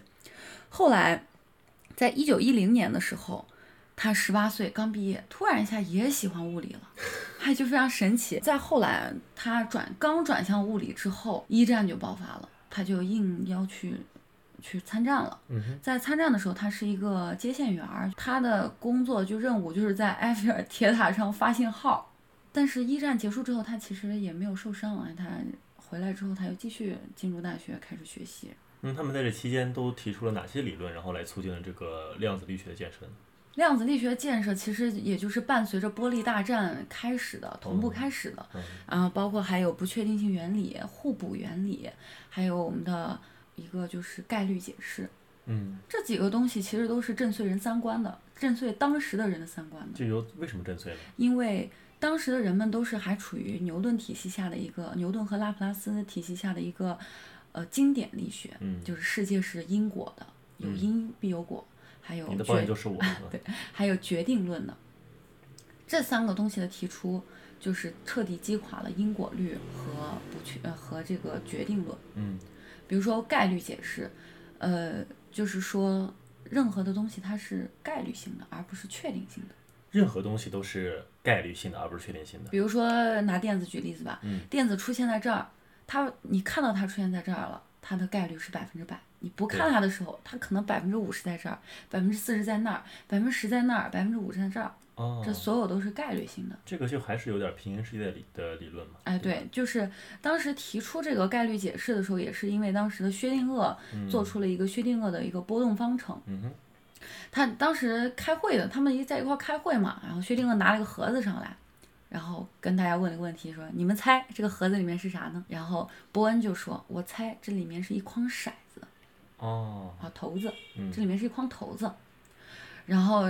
Speaker 2: 后来，在一九一零年的时候，他十八岁刚毕业，突然一下也喜欢物理了，哎，就非常神奇。再后来，他转刚转向物理之后，一战就爆发了，他就应邀去去参战了。
Speaker 1: 嗯哼，
Speaker 2: 在参战的时候，他是一个接线员儿，他的工作就任务就是在 [laughs] 埃菲尔铁塔上发信号。但是，一战结束之后，他其实也没有受伤啊，他回来之后，他又继续进入大学开始学习。
Speaker 1: 嗯，他们在这期间都提出了哪些理论，然后来促进了这个量子力学的健身？
Speaker 2: 量子力学建设其实也就是伴随着波粒大战开始的，同步开始的，
Speaker 1: 嗯
Speaker 2: 啊，包括还有不确定性原理、互补原理，还有我们的一个就是概率解释，
Speaker 1: 嗯，
Speaker 2: 这几个东西其实都是震碎人三观的，震碎当时的人的三观的，
Speaker 1: 这由为什么震碎呢？
Speaker 2: 因为当时的人们都是还处于牛顿体系下的一个牛顿和拉普拉斯体系下的一个呃经典力学，
Speaker 1: 嗯
Speaker 2: 就是世界是因果的，有因必有果，还有
Speaker 1: 你的
Speaker 2: 决
Speaker 1: 抱怨就是我，
Speaker 2: 对，还有决定论的。这三个东西的提出，就是彻底击垮了因果律和不确呃和这个决定论。
Speaker 1: 嗯
Speaker 2: 比如说概率解释，呃，就是说任何的东西它是概率性的，而不是确定性的。
Speaker 1: 任何东西都是概率性的，而不是确定性的。
Speaker 2: 比如说拿电子举例子吧，
Speaker 1: 嗯
Speaker 2: 电子出现在这儿，它你看到它出现在这儿了，它的概率是百分之百。你不看
Speaker 1: 对
Speaker 2: 它的时候，它可能百分之五十在这儿，百分之四十在那儿，百分之十在那儿，百分之五在这儿，
Speaker 1: 哦，
Speaker 2: 这所有都是概率性的。
Speaker 1: 这个就还是有点平行世界理的理论嘛。
Speaker 2: 哎，对，就是当时提出这个概率解释的时候，也是因为当时的薛定谔做出了一个薛定谔的一个波动方程。
Speaker 1: 嗯哼，
Speaker 2: 他当时开会的，他们一在一块儿开会嘛，然后薛定谔拿了个盒子上来，然后跟大家问了个问题，说：“你们猜这个盒子里面是啥呢？”然后伯恩就说：“我猜这里面是一筐骰子
Speaker 1: 哦，
Speaker 2: 啊，骰子，
Speaker 1: 嗯
Speaker 2: 这里面是一筐骰子。”然后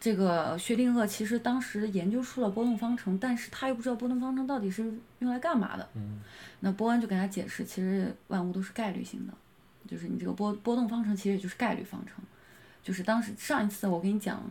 Speaker 2: 这个薛定谔其实当时研究出了波动方程，但是他又不知道波动方程到底是用来干嘛的。
Speaker 1: 嗯
Speaker 2: 那波恩就给他解释，其实万物都是概率性的，就是你这个波波动方程其实也就是概率方程，就是当时上一次我跟你讲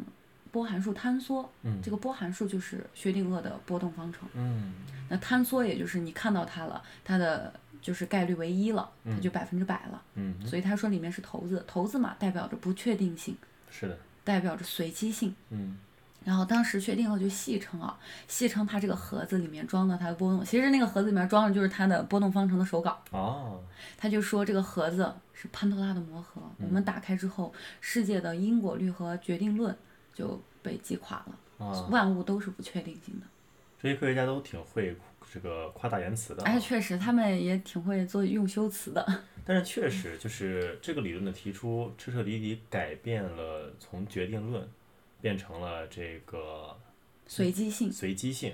Speaker 2: 波函数坍缩，
Speaker 1: 嗯
Speaker 2: 这个波函数就是薛定谔的波动方程，
Speaker 1: 嗯
Speaker 2: 那坍缩也就是你看到它了，它的就是概率为一了，它就百分之百了，
Speaker 1: 嗯，
Speaker 2: 所以他说里面是骰子，骰子嘛代表着不确定性，
Speaker 1: 是的，
Speaker 2: 代表着随机性。
Speaker 1: 嗯
Speaker 2: 然后当时薛定谔就戏称啊，戏称他这个盒子里面装的它的波动，其实那个盒子里面装的就是它的波动方程的手稿。
Speaker 1: 哦，
Speaker 2: 他就说这个盒子是潘多拉的魔盒，我
Speaker 1: 嗯
Speaker 2: 们打开之后，世界的因果律和决定论就被击垮了，
Speaker 1: 啊，
Speaker 2: 万物都是不确定性的。
Speaker 1: 这些科学家都挺会这个夸大言辞的啊。
Speaker 2: 哎，确实，他们也挺会做用修辞的。
Speaker 1: 但是
Speaker 2: 嗯
Speaker 1: 确实就是这个理论的提出，彻彻底底改变了从决定论变成了这个
Speaker 2: 随机性，
Speaker 1: 随机性。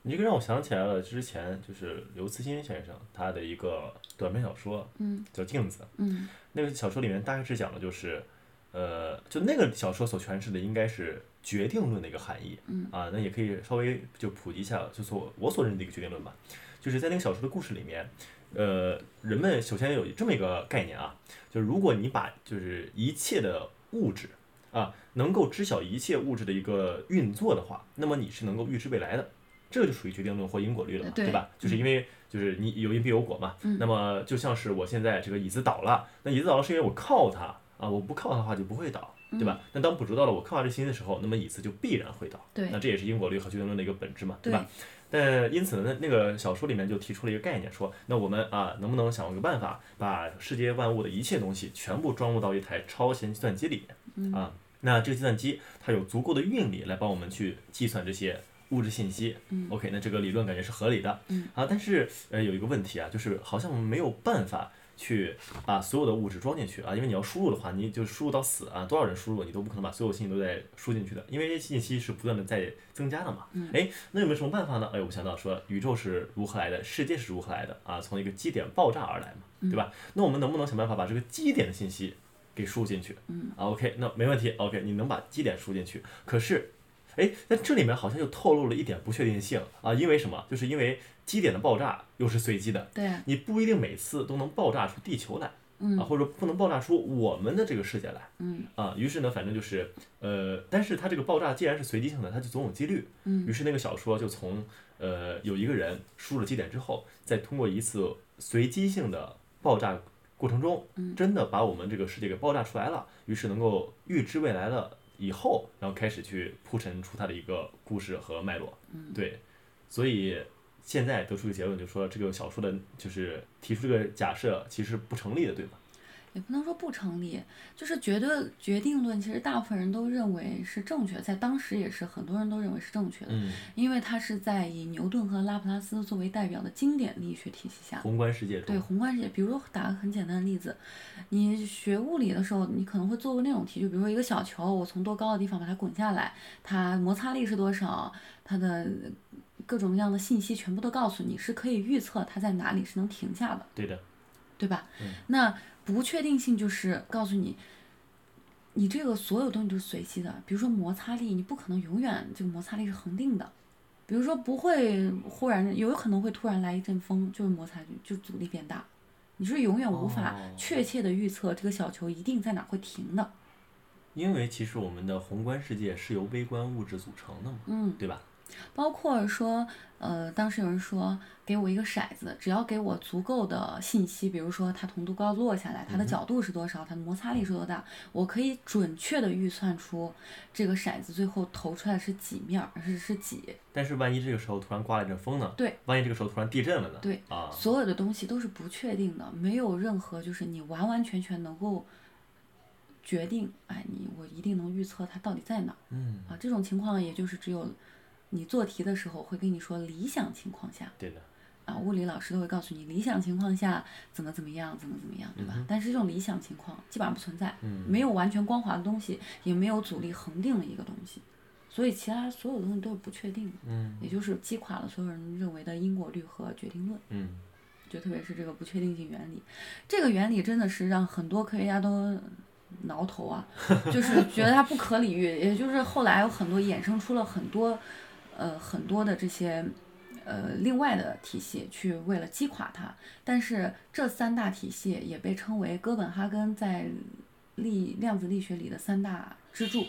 Speaker 1: 你这个让我想起来了，之前就是刘慈欣先生他的一个短篇小说，
Speaker 2: 嗯，
Speaker 1: 叫《镜子》。
Speaker 2: 嗯，
Speaker 1: 那个小说里面大概是讲的就是，呃，就那个小说所诠释的应该是决定论的一个含义。嗯，啊，那也可以稍微就普及一下，就所我所认识的一个决定论吧，就是在那个小说的故事里面。呃，人们首先有这么一个概念啊，就是如果你把就是一切的物质啊，能够知晓一切物质的一个运作的话，那么你是能够预知未来的，这个就属于决定论或因果律了嘛，
Speaker 2: 对
Speaker 1: 对吧？就是因为就是你有因必有果嘛。那么就像是我现在这个椅子倒了，那椅子倒了是因为我靠它啊，我不看完的话就不会倒，对吧？那当捕捉到了我看完这星的时候，那么椅子就必然会倒。
Speaker 2: 对
Speaker 1: 那这也是因果律和决定论的一个本质嘛，
Speaker 2: 对
Speaker 1: 吧？但因此呢，那个小说里面就提出了一个概念，说那我们啊，能不能想一个办法，把世界万物的一切东西全部装入到一台超闲计算机里面
Speaker 2: 嗯
Speaker 1: 啊？那这个计算机它有足够的运力来帮我们去计算这些物质信息。OK，那这
Speaker 2: 嗯
Speaker 1: 个理论感觉是合理的。啊，但是呃有一个问题啊，就是好像没有办法去把所有的物质装进去啊，因为你要输入的话，你就输入到死啊，多少人输入你都不可能把所有信息都在输进去的，因为信息是不断的在增加的嘛。哎，那有没有什么办法呢？哎，我想到说宇宙是如何来的，世界是如何来的啊，从一个基点爆炸而来嘛，对吧？那我们能不能想办法把这个基点的信息给输进去？嗯啊，OK，那没问题，OK，你能把基点输进去，可是哎，那这里面好像又透露了一点不确定性啊，因为什么？就是因为基点的爆炸又是随机的，
Speaker 2: 对
Speaker 1: 你不一定每次都能爆炸出地球来，啊，或者说不能爆炸出我们的这个世界来，
Speaker 2: 嗯，
Speaker 1: 啊，于是呢，反正就是，呃，但是它这个爆炸既然是随机性的，它就总有几率，嗯，于是那个小说就从，呃，有一个人输了基点之后，再通过一次随机性的爆炸过程中，真的把我们这个世界给爆炸出来了，于是能够预知未来了以后，然后开始去铺陈出它的一个故事和脉络，对，所以现在得出一个结论，就说这个小说的，就是提出这个假设其实不成立的，对吧？
Speaker 2: 也不能说不成立，就是绝对决定论，其实大部分人都认为是正确，在当时也是很多人都认为是正确的，
Speaker 1: 嗯，
Speaker 2: 因为它是在以牛顿和拉普拉斯作为代表的经典力学体系下，
Speaker 1: 宏观世界中，
Speaker 2: 对宏观世界，比如说打个很简单的例子，你学物理的时候，你可能会做过那种题，就比如说一个小球，我从多高的地方把它滚下来，它摩擦力是多少，它的各种各样的信息全部都告诉你，是可以预测它在哪里是能停下的，
Speaker 1: 对的，
Speaker 2: 对吧？那不确定性就是告诉你。你这个所有东西都是随机的，比如说摩擦力，你不可能永远这个摩擦力是恒定的，比如说不会忽然，有可能会突然来一阵风，就是摩擦就就阻力变大，你是永远无法
Speaker 1: 哦
Speaker 2: 确切的预测这个小球一定在哪会停的。
Speaker 1: 因为其实我们的宏观世界是由微观物质组成的嘛，
Speaker 2: 嗯，
Speaker 1: 对吧？
Speaker 2: 包括说，呃，当时有人说给我一个骰子，只要给我足够的信息，比如说它从多高落下来，它的角度是多少，它的摩擦力是多大，我可以准确的预算出这个骰子最后投出来是几面儿，是是几。
Speaker 1: 但是万一这个时候突然刮了一阵风呢？
Speaker 2: 对，
Speaker 1: 万一这个时候突然地震了呢？
Speaker 2: 对
Speaker 1: 啊，
Speaker 2: 所有的东西都是不确定的，没有任何就是你完完全全能够决定，哎，你我一定能预测它到底在哪儿
Speaker 1: 嗯，
Speaker 2: 啊。这种情况也就是只有你做题的时候会跟你说理想情况下
Speaker 1: 对的，
Speaker 2: 啊，物理老师都会告诉你理想情况下怎么怎么样，怎么怎么样，对吧？但是这种理想情况基本上不存在，
Speaker 1: 嗯
Speaker 2: 没有完全光滑的东西，也没有阻力恒定的一个东西。所以，其他所有东西都是不确定的，
Speaker 1: 嗯
Speaker 2: 也就是击垮了所有人认为的因果律和决定论。
Speaker 1: 嗯，
Speaker 2: 就特别是这个不确定性原理，这个原理真的是让很多科学家都挠头啊，就是觉得它不可理喻。也就是后来有很多衍生出了很多，呃，很多的这些，呃，另外的体系去为了击垮它。但是这三大体系也被称为哥本哈根在力量子力学里的三大支柱。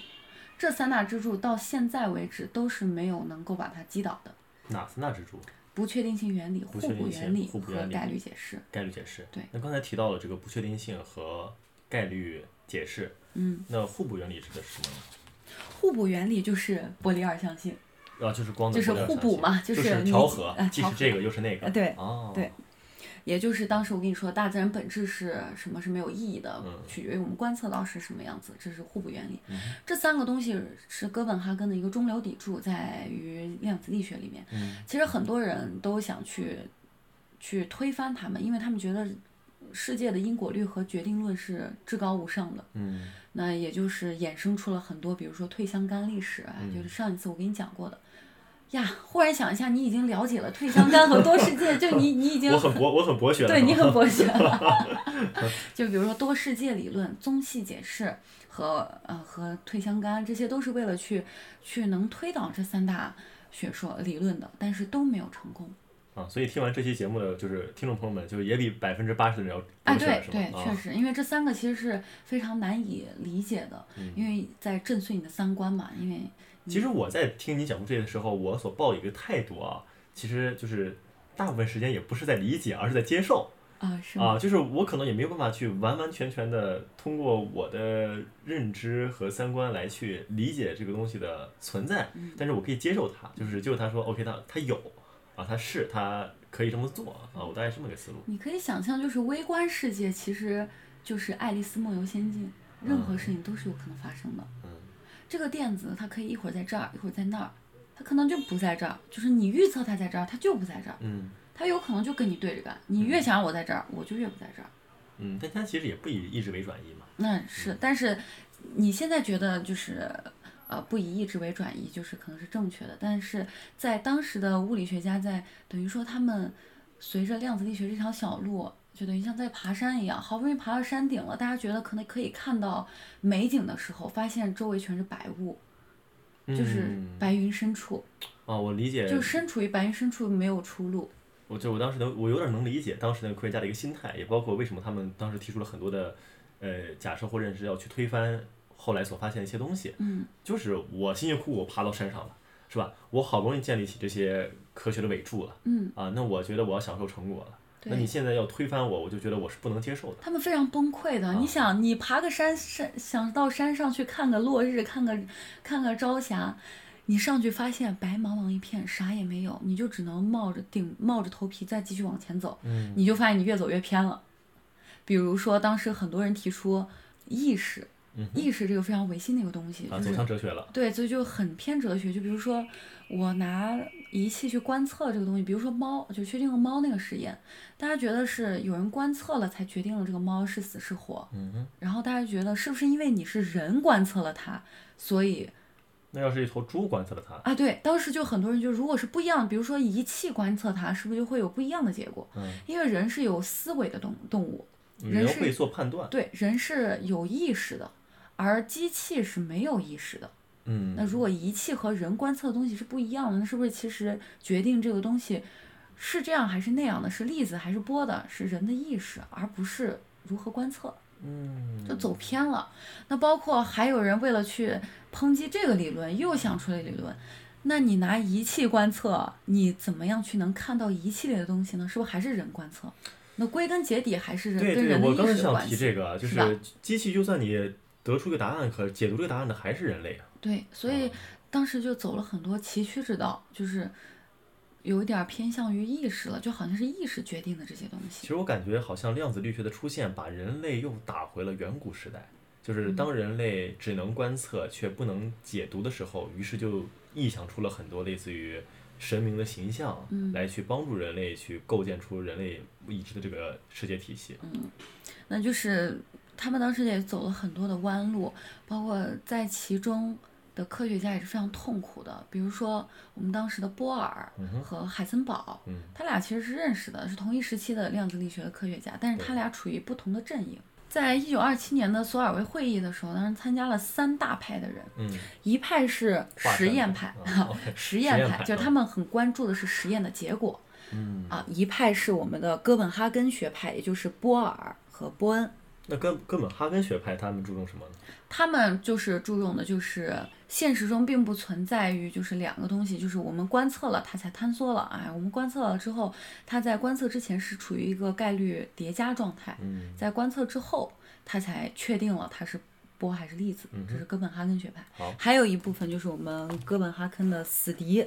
Speaker 2: 这三大支柱到现在为止都是没有能够把它击倒的。
Speaker 1: 哪三大支柱？
Speaker 2: 不确定性原理、互
Speaker 1: 不确定
Speaker 2: 补
Speaker 1: 性
Speaker 2: 原理
Speaker 1: 互补
Speaker 2: 和
Speaker 1: 原理
Speaker 2: 概率解释。
Speaker 1: 概率解释。
Speaker 2: 对，
Speaker 1: 那刚才提到了这个不确定性和概率解释，
Speaker 2: 嗯，
Speaker 1: 那互补原理指的是什么呢？
Speaker 2: 互补原理就是波粒二象性，
Speaker 1: 啊，就是光的
Speaker 2: 就是
Speaker 1: 波粒二
Speaker 2: 互
Speaker 1: 象
Speaker 2: 补
Speaker 1: 性
Speaker 2: 嘛
Speaker 1: 就
Speaker 2: 就是你
Speaker 1: 调和，
Speaker 2: 啊
Speaker 1: 既
Speaker 2: 调
Speaker 1: 是这
Speaker 2: 和
Speaker 1: 个又是那个。
Speaker 2: 啊对
Speaker 1: 哦，
Speaker 2: 对也就是当时我跟你说，大自然本质是什么是没有意义的，取决于我们观测到是什么样子，这是互补原理。这三个东西是哥本哈根的一个中流砥柱，在于量子力学里面。其实很多人都想去去推翻他们，因为他们觉得世界的因果律和决定论是至高无上的。
Speaker 1: 嗯
Speaker 2: 那也就是衍生出了很多，比如说退相干历史啊，
Speaker 1: 嗯
Speaker 2: 就是上一次我给你讲过的。呀，忽然想一下，你已经了解了退相干和多世界，就你你已经
Speaker 1: 我很博，我很博学的。
Speaker 2: 对
Speaker 1: 是
Speaker 2: 你
Speaker 1: 吧
Speaker 2: 很博学。就比如说多世界理论、宗系解释和呃和退相干，这些都是为了去去能推导这三大学说理论的，但是都没有成功。
Speaker 1: 啊，所以听完这期节目的就是听众朋友们，就是也比百分之八十的人要
Speaker 2: 哎，
Speaker 1: 博学，
Speaker 2: 对
Speaker 1: 是
Speaker 2: 对，
Speaker 1: 吗？
Speaker 2: 确
Speaker 1: 啊，
Speaker 2: 实，因为这三个其实是非常难以理解的，
Speaker 1: 嗯
Speaker 2: 因为在震碎你的三观嘛，因为。
Speaker 1: 其实我在听你讲述这些的时候，我所抱一个态度啊，其实就是大部分时间也不是在理解，而是在接受。
Speaker 2: 啊，是吗？
Speaker 1: 啊，就是我可能也没有办法去完完全全的通过我的认知和三观来去理解这个东西的存在，但是我可以接受它，就是就是他说 OK，他他有啊，他是他可以这么做啊，我大概是这么个思路。
Speaker 2: 你可以想象，就是微观世界其实就是《爱丽丝梦游仙境》，任何事情都是有可能发生的。
Speaker 1: 嗯
Speaker 2: 这个垫子它可以一会儿在这儿，一会儿在那儿，它可能就不在这儿，就是你预测它在这儿，它就不在这儿，
Speaker 1: 嗯
Speaker 2: 它有可能就跟你对着干。你越想让我在这儿，我就越不在这儿。
Speaker 1: 嗯，但他其实也不以意志为转移嘛。
Speaker 2: 那是，但是你现在觉得就是呃不以意志为转移，就是可能是正确的，但是在当时的物理学家在等于说他们随着量子力学这条小路，就等于像在爬山一样，好不容易爬到山顶了，大家觉得可能可以看到美景的时候，发现周围全是白雾，就是
Speaker 1: 嗯
Speaker 2: 白云深处，
Speaker 1: 啊，我理解，
Speaker 2: 就身处于白云深处没有出路。
Speaker 1: 我就我当时能，我有点能理解当时那个科学家的一个心态，也包括为什么他们当时提出了很多的呃假设或认识，要去推翻后来所发现的一些东西。
Speaker 2: 嗯，
Speaker 1: 就是我辛辛苦苦爬到山上了，是吧？我好不容易建立起这些科学的伟著了，
Speaker 2: 嗯，
Speaker 1: 啊，那我觉得我要享受成果了。那
Speaker 2: 对
Speaker 1: 你现在要推翻我，我就觉得我是不能接受的。啊
Speaker 2: 他们非常崩溃的。你想，你爬个山山，想到山上去看个落日，看个看个朝霞，你上去发现白茫茫一片，啥也没有，你就只能冒着顶冒着头皮再继续往前走，
Speaker 1: 嗯
Speaker 2: 你就发现你越走越偏了。比如说，当时很多人提出意识，意识这个非常唯心的一个东西，
Speaker 1: 嗯啊，
Speaker 2: 就
Speaker 1: 走
Speaker 2: 是
Speaker 1: 向哲学了。
Speaker 2: 对，所以就很偏哲学。就比如说，我拿仪器去观测这个东西，比如说猫，就薛定谔猫那个实验，大家觉得是有人观测了才决定了这个猫是死是活，
Speaker 1: 嗯哼，
Speaker 2: 然后大家觉得是不是因为你是人观测了它，所以
Speaker 1: 那要是一头猪观测了它，
Speaker 2: 啊，对，当时就很多人就如果是不一样，比如说仪器观测它，是不是就会有不一样的结果？
Speaker 1: 嗯，
Speaker 2: 因为人是有思维的动动物，
Speaker 1: 人
Speaker 2: 是
Speaker 1: 会做判断。
Speaker 2: 对，人是有意识的，而机器是没有意识的。
Speaker 1: 嗯，
Speaker 2: 那如果仪器和人观测的东西是不一样的，那是不是其实决定这个东西是这样还是那样的，是粒子还是波的，是人的意识，而不是如何观测，
Speaker 1: 嗯，
Speaker 2: 就走偏了。那包括还有人为了去抨击这个理论，又想出了理论。那你拿仪器观测，你怎么样去能看到仪器里的东西呢？是不是还是人观测？那归根结底还是人
Speaker 1: 对
Speaker 2: 跟
Speaker 1: 对，
Speaker 2: 人的
Speaker 1: 我
Speaker 2: 意
Speaker 1: 刚才
Speaker 2: 识有
Speaker 1: 想
Speaker 2: 关
Speaker 1: 提
Speaker 2: 系。
Speaker 1: 这个，就是
Speaker 2: 吧
Speaker 1: 是机器，就算你得出一个答案，可解读这个答案的还是人类啊。
Speaker 2: 对，所以当时就走了很多崎岖之道，就是有一点儿偏向于意识了，就好像是意识决定的这些东
Speaker 1: 其
Speaker 2: 西。
Speaker 1: 实我感觉好像量子力学的出现，把人类又打回了远古时代，就是
Speaker 2: 嗯
Speaker 1: 当人类只能观测却不能解读的时候，于是就臆想出了很多类似于神明的形象，
Speaker 2: 嗯
Speaker 1: 来去帮助人类去构建出人类已知的这个世界体
Speaker 2: 嗯
Speaker 1: 系。
Speaker 2: 那就是他们当时也走了很多的弯路，包括在其中的科学家也是非常痛苦的。比如说我们当时的波尔和海森堡，
Speaker 1: 嗯
Speaker 2: 他俩其实是认识的，是同一时期的量子力学的科学家，但是他俩处于不同的阵营。在一九二七年的索尔维会议的时候，当时参加了三大派的人，
Speaker 1: 嗯
Speaker 2: 一派是实验派
Speaker 1: 华山派啊， [laughs]
Speaker 2: 实
Speaker 1: 实
Speaker 2: 验
Speaker 1: 验
Speaker 2: 派
Speaker 1: 派
Speaker 2: 就是他们很关注的是实验的结果
Speaker 1: 嗯，
Speaker 2: 啊。一派是我们的哥本哈根学派，也就是波尔和波恩，
Speaker 1: 那根根本哈根学派他们注重什么呢？
Speaker 2: 他们就是注重的就是现实中并不存在于就是两个东西，就是我们观测了它才坍缩了，哎，我们观测了之后，它在观测之前是处于一个概率叠加状态，
Speaker 1: 嗯
Speaker 2: 在观测之后，它才确定了它是波还是粒子，这是哥本哈根学派。
Speaker 1: 嗯好
Speaker 2: 还有一部分就是我们哥本哈根的死敌，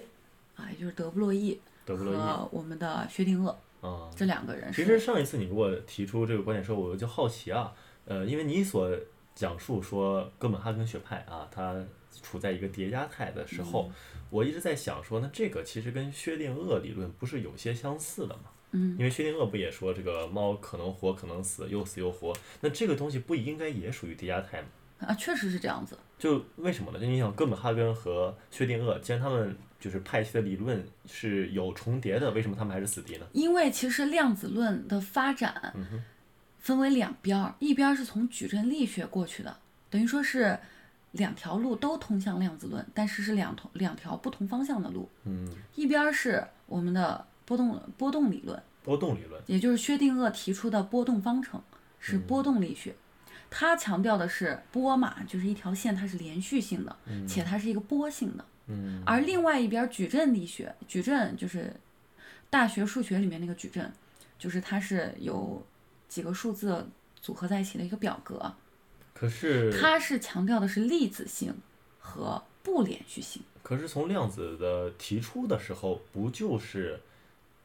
Speaker 2: 啊，也就是德布洛意
Speaker 1: 德布洛意
Speaker 2: 和我们的薛定谔
Speaker 1: 啊，
Speaker 2: 这两个人
Speaker 1: 其
Speaker 2: 是。
Speaker 1: 实上一次你给我提出这个观点时候，我就好奇啊，呃，因为你所讲述说哥本哈根学派啊，它处在一个叠加态的时候，我一直在想说，那这个其实跟薛定谔理论不是有些相似的吗？
Speaker 2: 嗯，
Speaker 1: 因为薛定谔不也说这个猫可能活可能死，又死又活，那这个东西不应该也属于叠加态吗？
Speaker 2: 啊，确实是这样子。
Speaker 1: 就为什么呢？就你想，哥本哈根和薛定谔，既然他们就是派系的理论是有重叠的，为什么他们还是死敌呢？
Speaker 2: 因为其实量子论的发展
Speaker 1: 嗯
Speaker 2: 分为两边儿，一边儿是从矩阵力学过去的，等于说是两条路都通向量子论，但是是两同两条不同方向的路。
Speaker 1: 嗯，
Speaker 2: 一边儿是我们的波动波动理论，
Speaker 1: 波动理论。
Speaker 2: 也就是薛定谔提出的波动方程是波动力学，它强调的是波嘛，就是一条线它是连续性的，且它是一个波性的。
Speaker 1: 嗯
Speaker 2: 而另外一边矩阵力学，矩阵就是大学数学里面那个矩阵，就是它是由几个数字组合在一起的一个表格。
Speaker 1: 可是，
Speaker 2: 它是强调的是粒子性和不连续性。
Speaker 1: 可是从量子的提出的时候，不就是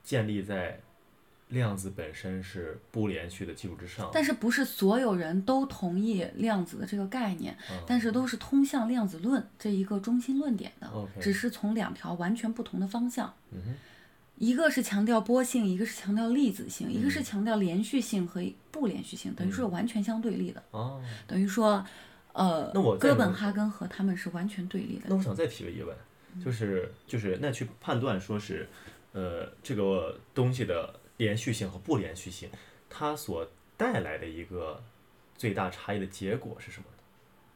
Speaker 1: 建立在量子本身是不连续的基础之上？
Speaker 2: 但是不是所有人都同意量子的这个概念，
Speaker 1: 嗯
Speaker 2: 但是都是通向量子论这一个中心论点的
Speaker 1: 哦 OK
Speaker 2: 只是从两条完全不同的方向。
Speaker 1: 嗯哼
Speaker 2: 一个是强调波性，一个是强调粒子性，一个
Speaker 1: 嗯
Speaker 2: 是强调连续性和不连续性，等于是完全相对立的。
Speaker 1: 哦，
Speaker 2: 等于说，呃
Speaker 1: 那我，再
Speaker 2: 哥本
Speaker 1: 问
Speaker 2: 哈根和他们是完全对立的。
Speaker 1: 那我想再提个疑问，
Speaker 2: 嗯
Speaker 1: 就是就是那去判断说是，呃，这个东西的连续性和不连续性，它所带来的一个最大差异的结果是什么呢？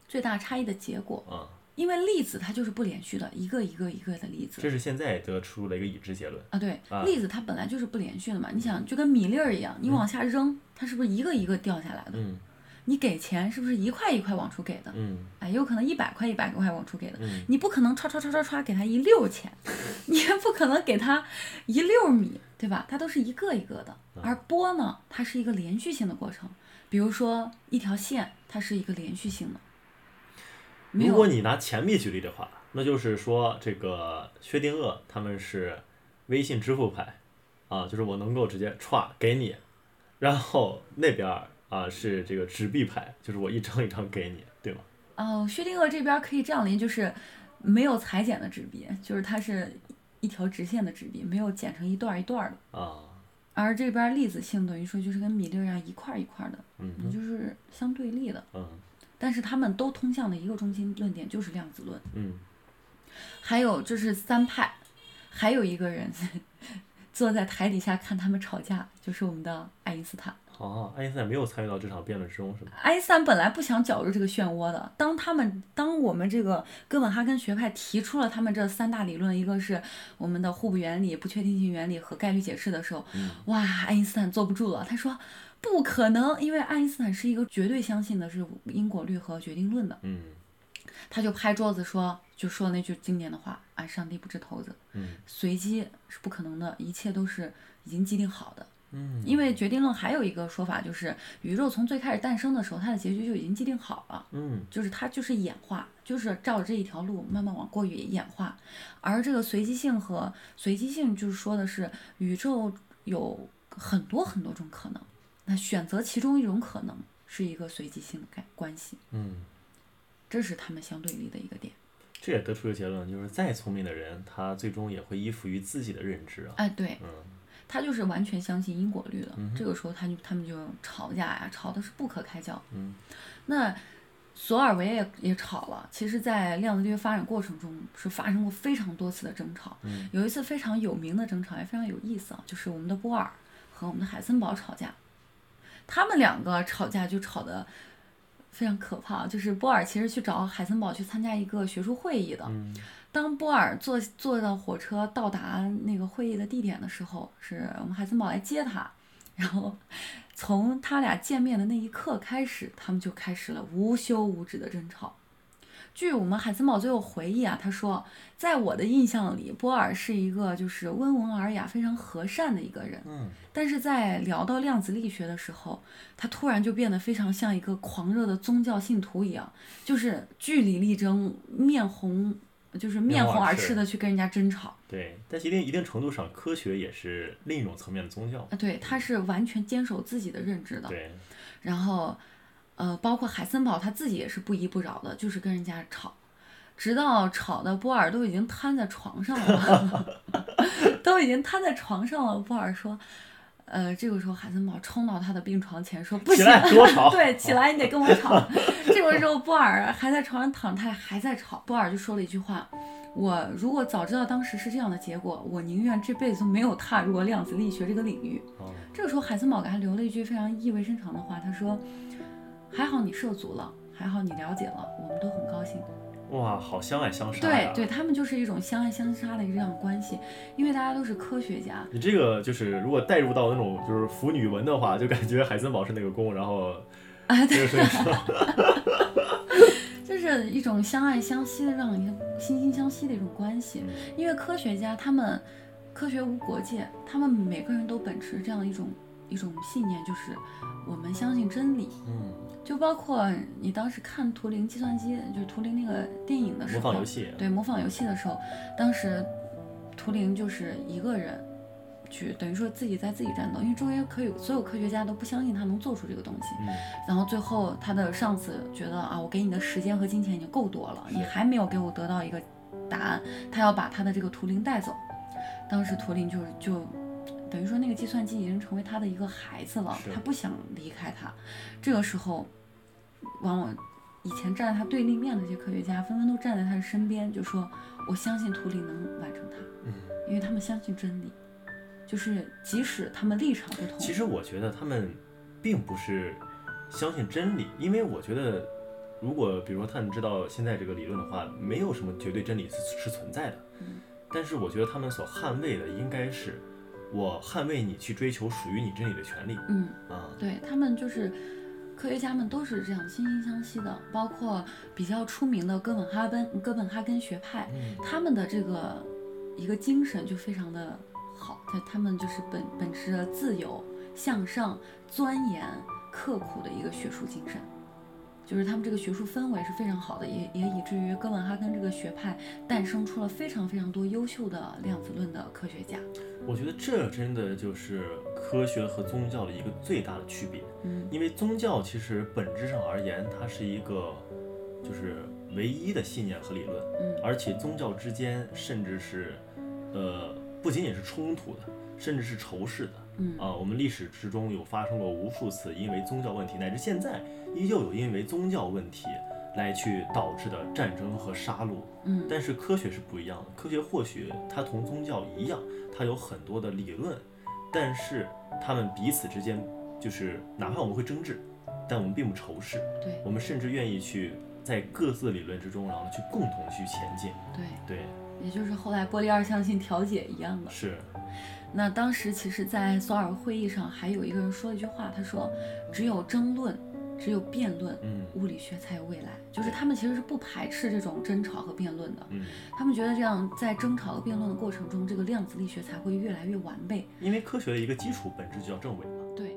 Speaker 2: 最大差异的结果，
Speaker 1: 啊，
Speaker 2: 因为粒子它就是不连续的，一个一个一个的粒子
Speaker 1: 这是现在得出了一个已知结论。
Speaker 2: 啊，对
Speaker 1: 啊，嗯
Speaker 2: 粒子它本来就是不连续的嘛。你想，就跟米粒儿一样，你往下扔，它是不是一个一个掉下来的？
Speaker 1: 嗯
Speaker 2: 你给钱是不是一块一块往出给的？
Speaker 1: 嗯
Speaker 2: 哎，有可能一百块一百块往出给的，
Speaker 1: 嗯
Speaker 2: 你不可能唰唰唰唰唰给他一溜钱， [laughs] 你也不可能给他一溜米，对吧？它都是一个一个的。
Speaker 1: 嗯
Speaker 2: 而波呢，它是一个连续性的过程，比如说一条线，它是一个连续性的。没
Speaker 1: 如果
Speaker 2: 有，
Speaker 1: 你拿钱币举例的话，那就是说这个薛定谔他们是微信支付派，啊，就是我能够直接歘给你，然后那边儿啊是这个纸币派，就是我一张一张给你，对吗？
Speaker 2: 哦，薛定谔这边可以这样理解，就是没有裁剪的纸币，就是它是一条直线的纸币，没有剪成一段儿一段儿的。
Speaker 1: 啊，
Speaker 2: 而这边粒子性等于说就是跟米粒儿一样一块儿一块儿的，
Speaker 1: 嗯
Speaker 2: 你就是相对立的。
Speaker 1: 嗯
Speaker 2: 但是他们都通向的一个中心论点就是量子论。
Speaker 1: 嗯
Speaker 2: 还有就是三派，还有一个人 [laughs] 坐在台底下看他们吵架，就是我们的爱因斯坦。
Speaker 1: 哦，爱因斯坦没有参与到这场辩论之中，是吗？
Speaker 2: 爱因斯坦本来不想搅入这个漩涡的。当他们，当我们这个哥本哈根学派提出了他们这三大理论，一个是我们的互补原理、不确定性原理和概率解释的时候，哇，爱因斯坦坐不住了，他说不可能，因为爱因斯坦是一个绝对相信的是因果律和决定论的。
Speaker 1: 嗯
Speaker 2: 他就拍桌子说，就说那句经典的话：“啊，上帝不掷骰子，
Speaker 1: 嗯
Speaker 2: 随机是不可能的，一切都是已经既定好的。”
Speaker 1: 嗯
Speaker 2: 因为决定论还有一个说法就是，宇宙从最开始诞生的时候，它的结局就已经既定好了，
Speaker 1: 嗯
Speaker 2: 就是它就是演化，就是照着这一条路慢慢往过演演化。而这个随机性和随机性就是说的是宇宙有很多很多种可能，那选择其中一种可能是一个随机性的概关系，
Speaker 1: 嗯，
Speaker 2: 这是他们相对立的一个点。
Speaker 1: 这也得出一个结论，就是再聪明的人，他最终也会依附于自己的认知啊。
Speaker 2: 哎，对，
Speaker 1: 嗯
Speaker 2: 他就是完全相信因果律的。
Speaker 1: 嗯哼
Speaker 2: 这个时候，他就他们就吵架呀、吵的是不可开交。
Speaker 1: 嗯
Speaker 2: 那索尔维也也吵了。其实，在量子力学发展过程中，是发生过非常多次的争吵。
Speaker 1: 嗯
Speaker 2: 有一次非常有名的争吵，也非常有意思啊，就是我们的波尔和我们的海森堡吵架。他们两个吵架就吵得非常可怕，啊就是波尔其实去找海森堡去参加一个学术会议的，
Speaker 1: 嗯
Speaker 2: 当波尔坐坐到火车到达那个会议的地点的时候，是我们海森堡来接他，然后从他俩见面的那一刻开始，他们就开始了无休无止的争吵。据我们海森堡最后回忆啊，他说，在我的印象里，波尔是一个就是温文尔雅、非常和善的一个人，
Speaker 1: 嗯
Speaker 2: 但是在聊到量子力学的时候，他突然就变得非常像一个狂热的宗教信徒一样，就是据理力争，面红就是面红耳赤的去跟人家争吵。
Speaker 1: 对，但是一定一定程度上，科学也是另一种层面的宗教。
Speaker 2: 啊，对，他是完全坚守自己的认知的。
Speaker 1: 嗯对，
Speaker 2: 然后，呃，包括海森堡他自己也是不依不饶的，就是跟人家吵，直到吵的波尔都已经瘫在床上了， [laughs] 都已经瘫在床上了。波尔说。呃，这个时候海森堡冲到他的病床前说：“不
Speaker 1: 起
Speaker 2: 行，
Speaker 1: 来跟我吵
Speaker 2: [laughs] 对，起来你得跟我吵。” [laughs] 这个时候波尔还在床上躺着，他还在吵。波尔就说了一句话：“我如果早知道当时是这样的结果，我宁愿这辈子都没有踏入过量子力学这个领域。”
Speaker 1: 哦，
Speaker 2: 这个时候，海森堡给他留了一句非常意味深长的话，他说：“还好你涉足了，还好你了解了，我们都很高兴。
Speaker 1: 哇，好相爱相杀
Speaker 2: 对
Speaker 1: 呀！
Speaker 2: 对，他们就是一种相爱相杀的一个这样的关系，因为大家都是科学家。
Speaker 1: 你这个就是，如果带入到那种就是腐女文的话，就感觉海森堡是那个宫，然后这
Speaker 2: 啊，对，
Speaker 1: 个摄影师，
Speaker 2: [laughs] 就是一种相爱相惜的这样一个惺惺相惜的一种关系。
Speaker 1: 嗯
Speaker 2: 因为科学家他们科学无国界，他们每个人都秉持这样一种一种信念，就是我们相信真理。
Speaker 1: 嗯，
Speaker 2: 就包括你当时看图灵计算机，就是图灵那个电影的时
Speaker 1: 模
Speaker 2: 候，
Speaker 1: 仿游戏，
Speaker 2: 对模仿游戏的时候，当时图灵就是一个人去，等于说自己在自己战斗，因为周围可以所有科学家都不相信他能做出这个东西。
Speaker 1: 嗯，
Speaker 2: 然后最后他的上司觉得啊，我给你的时间和金钱已经够多了，
Speaker 1: 是
Speaker 2: 你还没有给我得到一个答案，他要把他的这个图灵带走。当时图灵就是就等于说那个计算机已经成为他的一个孩子了
Speaker 1: 是，
Speaker 2: 他不想离开他。这个时候，往往以前站在他对立面的这些科学家纷纷都站在他的身边，就说我相信图灵能完成它，
Speaker 1: 嗯，
Speaker 2: 因为他们相信真理。就是即使他们立场不同，
Speaker 1: 其实我觉得他们并不是相信真理，因为我觉得，如果比如说他们知道现在这个理论的话，没有什么绝对真理是是存在的。
Speaker 2: 嗯
Speaker 1: 但是我觉得他们所捍卫的应该是，我捍卫你去追求属于你真理的权利
Speaker 2: 嗯，
Speaker 1: 啊。
Speaker 2: 对他们就是科学家们都是这样惺惺相惜的，包括比较出名的哥本哈根哥本哈根学派，
Speaker 1: 嗯
Speaker 2: 他们的这个一个精神就非常的好，他他们就是本本持着自由、向上、钻研、刻苦的一个学术精神。就是他们这个学术氛围是非常好的，也也以至于哥本哈根这个学派诞生出了非常非常多优秀的量子论的科学家。
Speaker 1: 我觉得这真的就是科学和宗教的一个最大的区别，
Speaker 2: 嗯
Speaker 1: 因为宗教其实本质上而言，它是一个就是唯一的信念和理论，
Speaker 2: 嗯
Speaker 1: 而且宗教之间甚至是呃不仅仅是冲突的，甚至是仇视的。
Speaker 2: 嗯
Speaker 1: 啊，我们历史之中有发生过无数次因为宗教问题，乃至现在依旧有因为宗教问题来去导致的战争和杀戮。
Speaker 2: 嗯
Speaker 1: 但是科学是不一样的，科学或许它同宗教一样，它有很多的理论，但是他们彼此之间就是哪怕我们会争执，但我们并不仇视，
Speaker 2: 对
Speaker 1: 我们甚至愿意去在各自的理论之中，然后去共同去前进。
Speaker 2: 对，
Speaker 1: 对，
Speaker 2: 也就是后来玻璃二象性调解一样的。
Speaker 1: 是，
Speaker 2: 那当时其实，在索尔会议上，还有一个人说了一句话，他说：“只有争论，只有辩论，
Speaker 1: 嗯
Speaker 2: 物理学才有未来。”就是他们其实是不排斥这种争吵和辩论的，
Speaker 1: 嗯，
Speaker 2: 他们觉得这样在争吵和辩论的过程中，这个量子力学才会越来越完备。
Speaker 1: 因为科学的一个基础本质就叫正伪嘛。
Speaker 2: 对，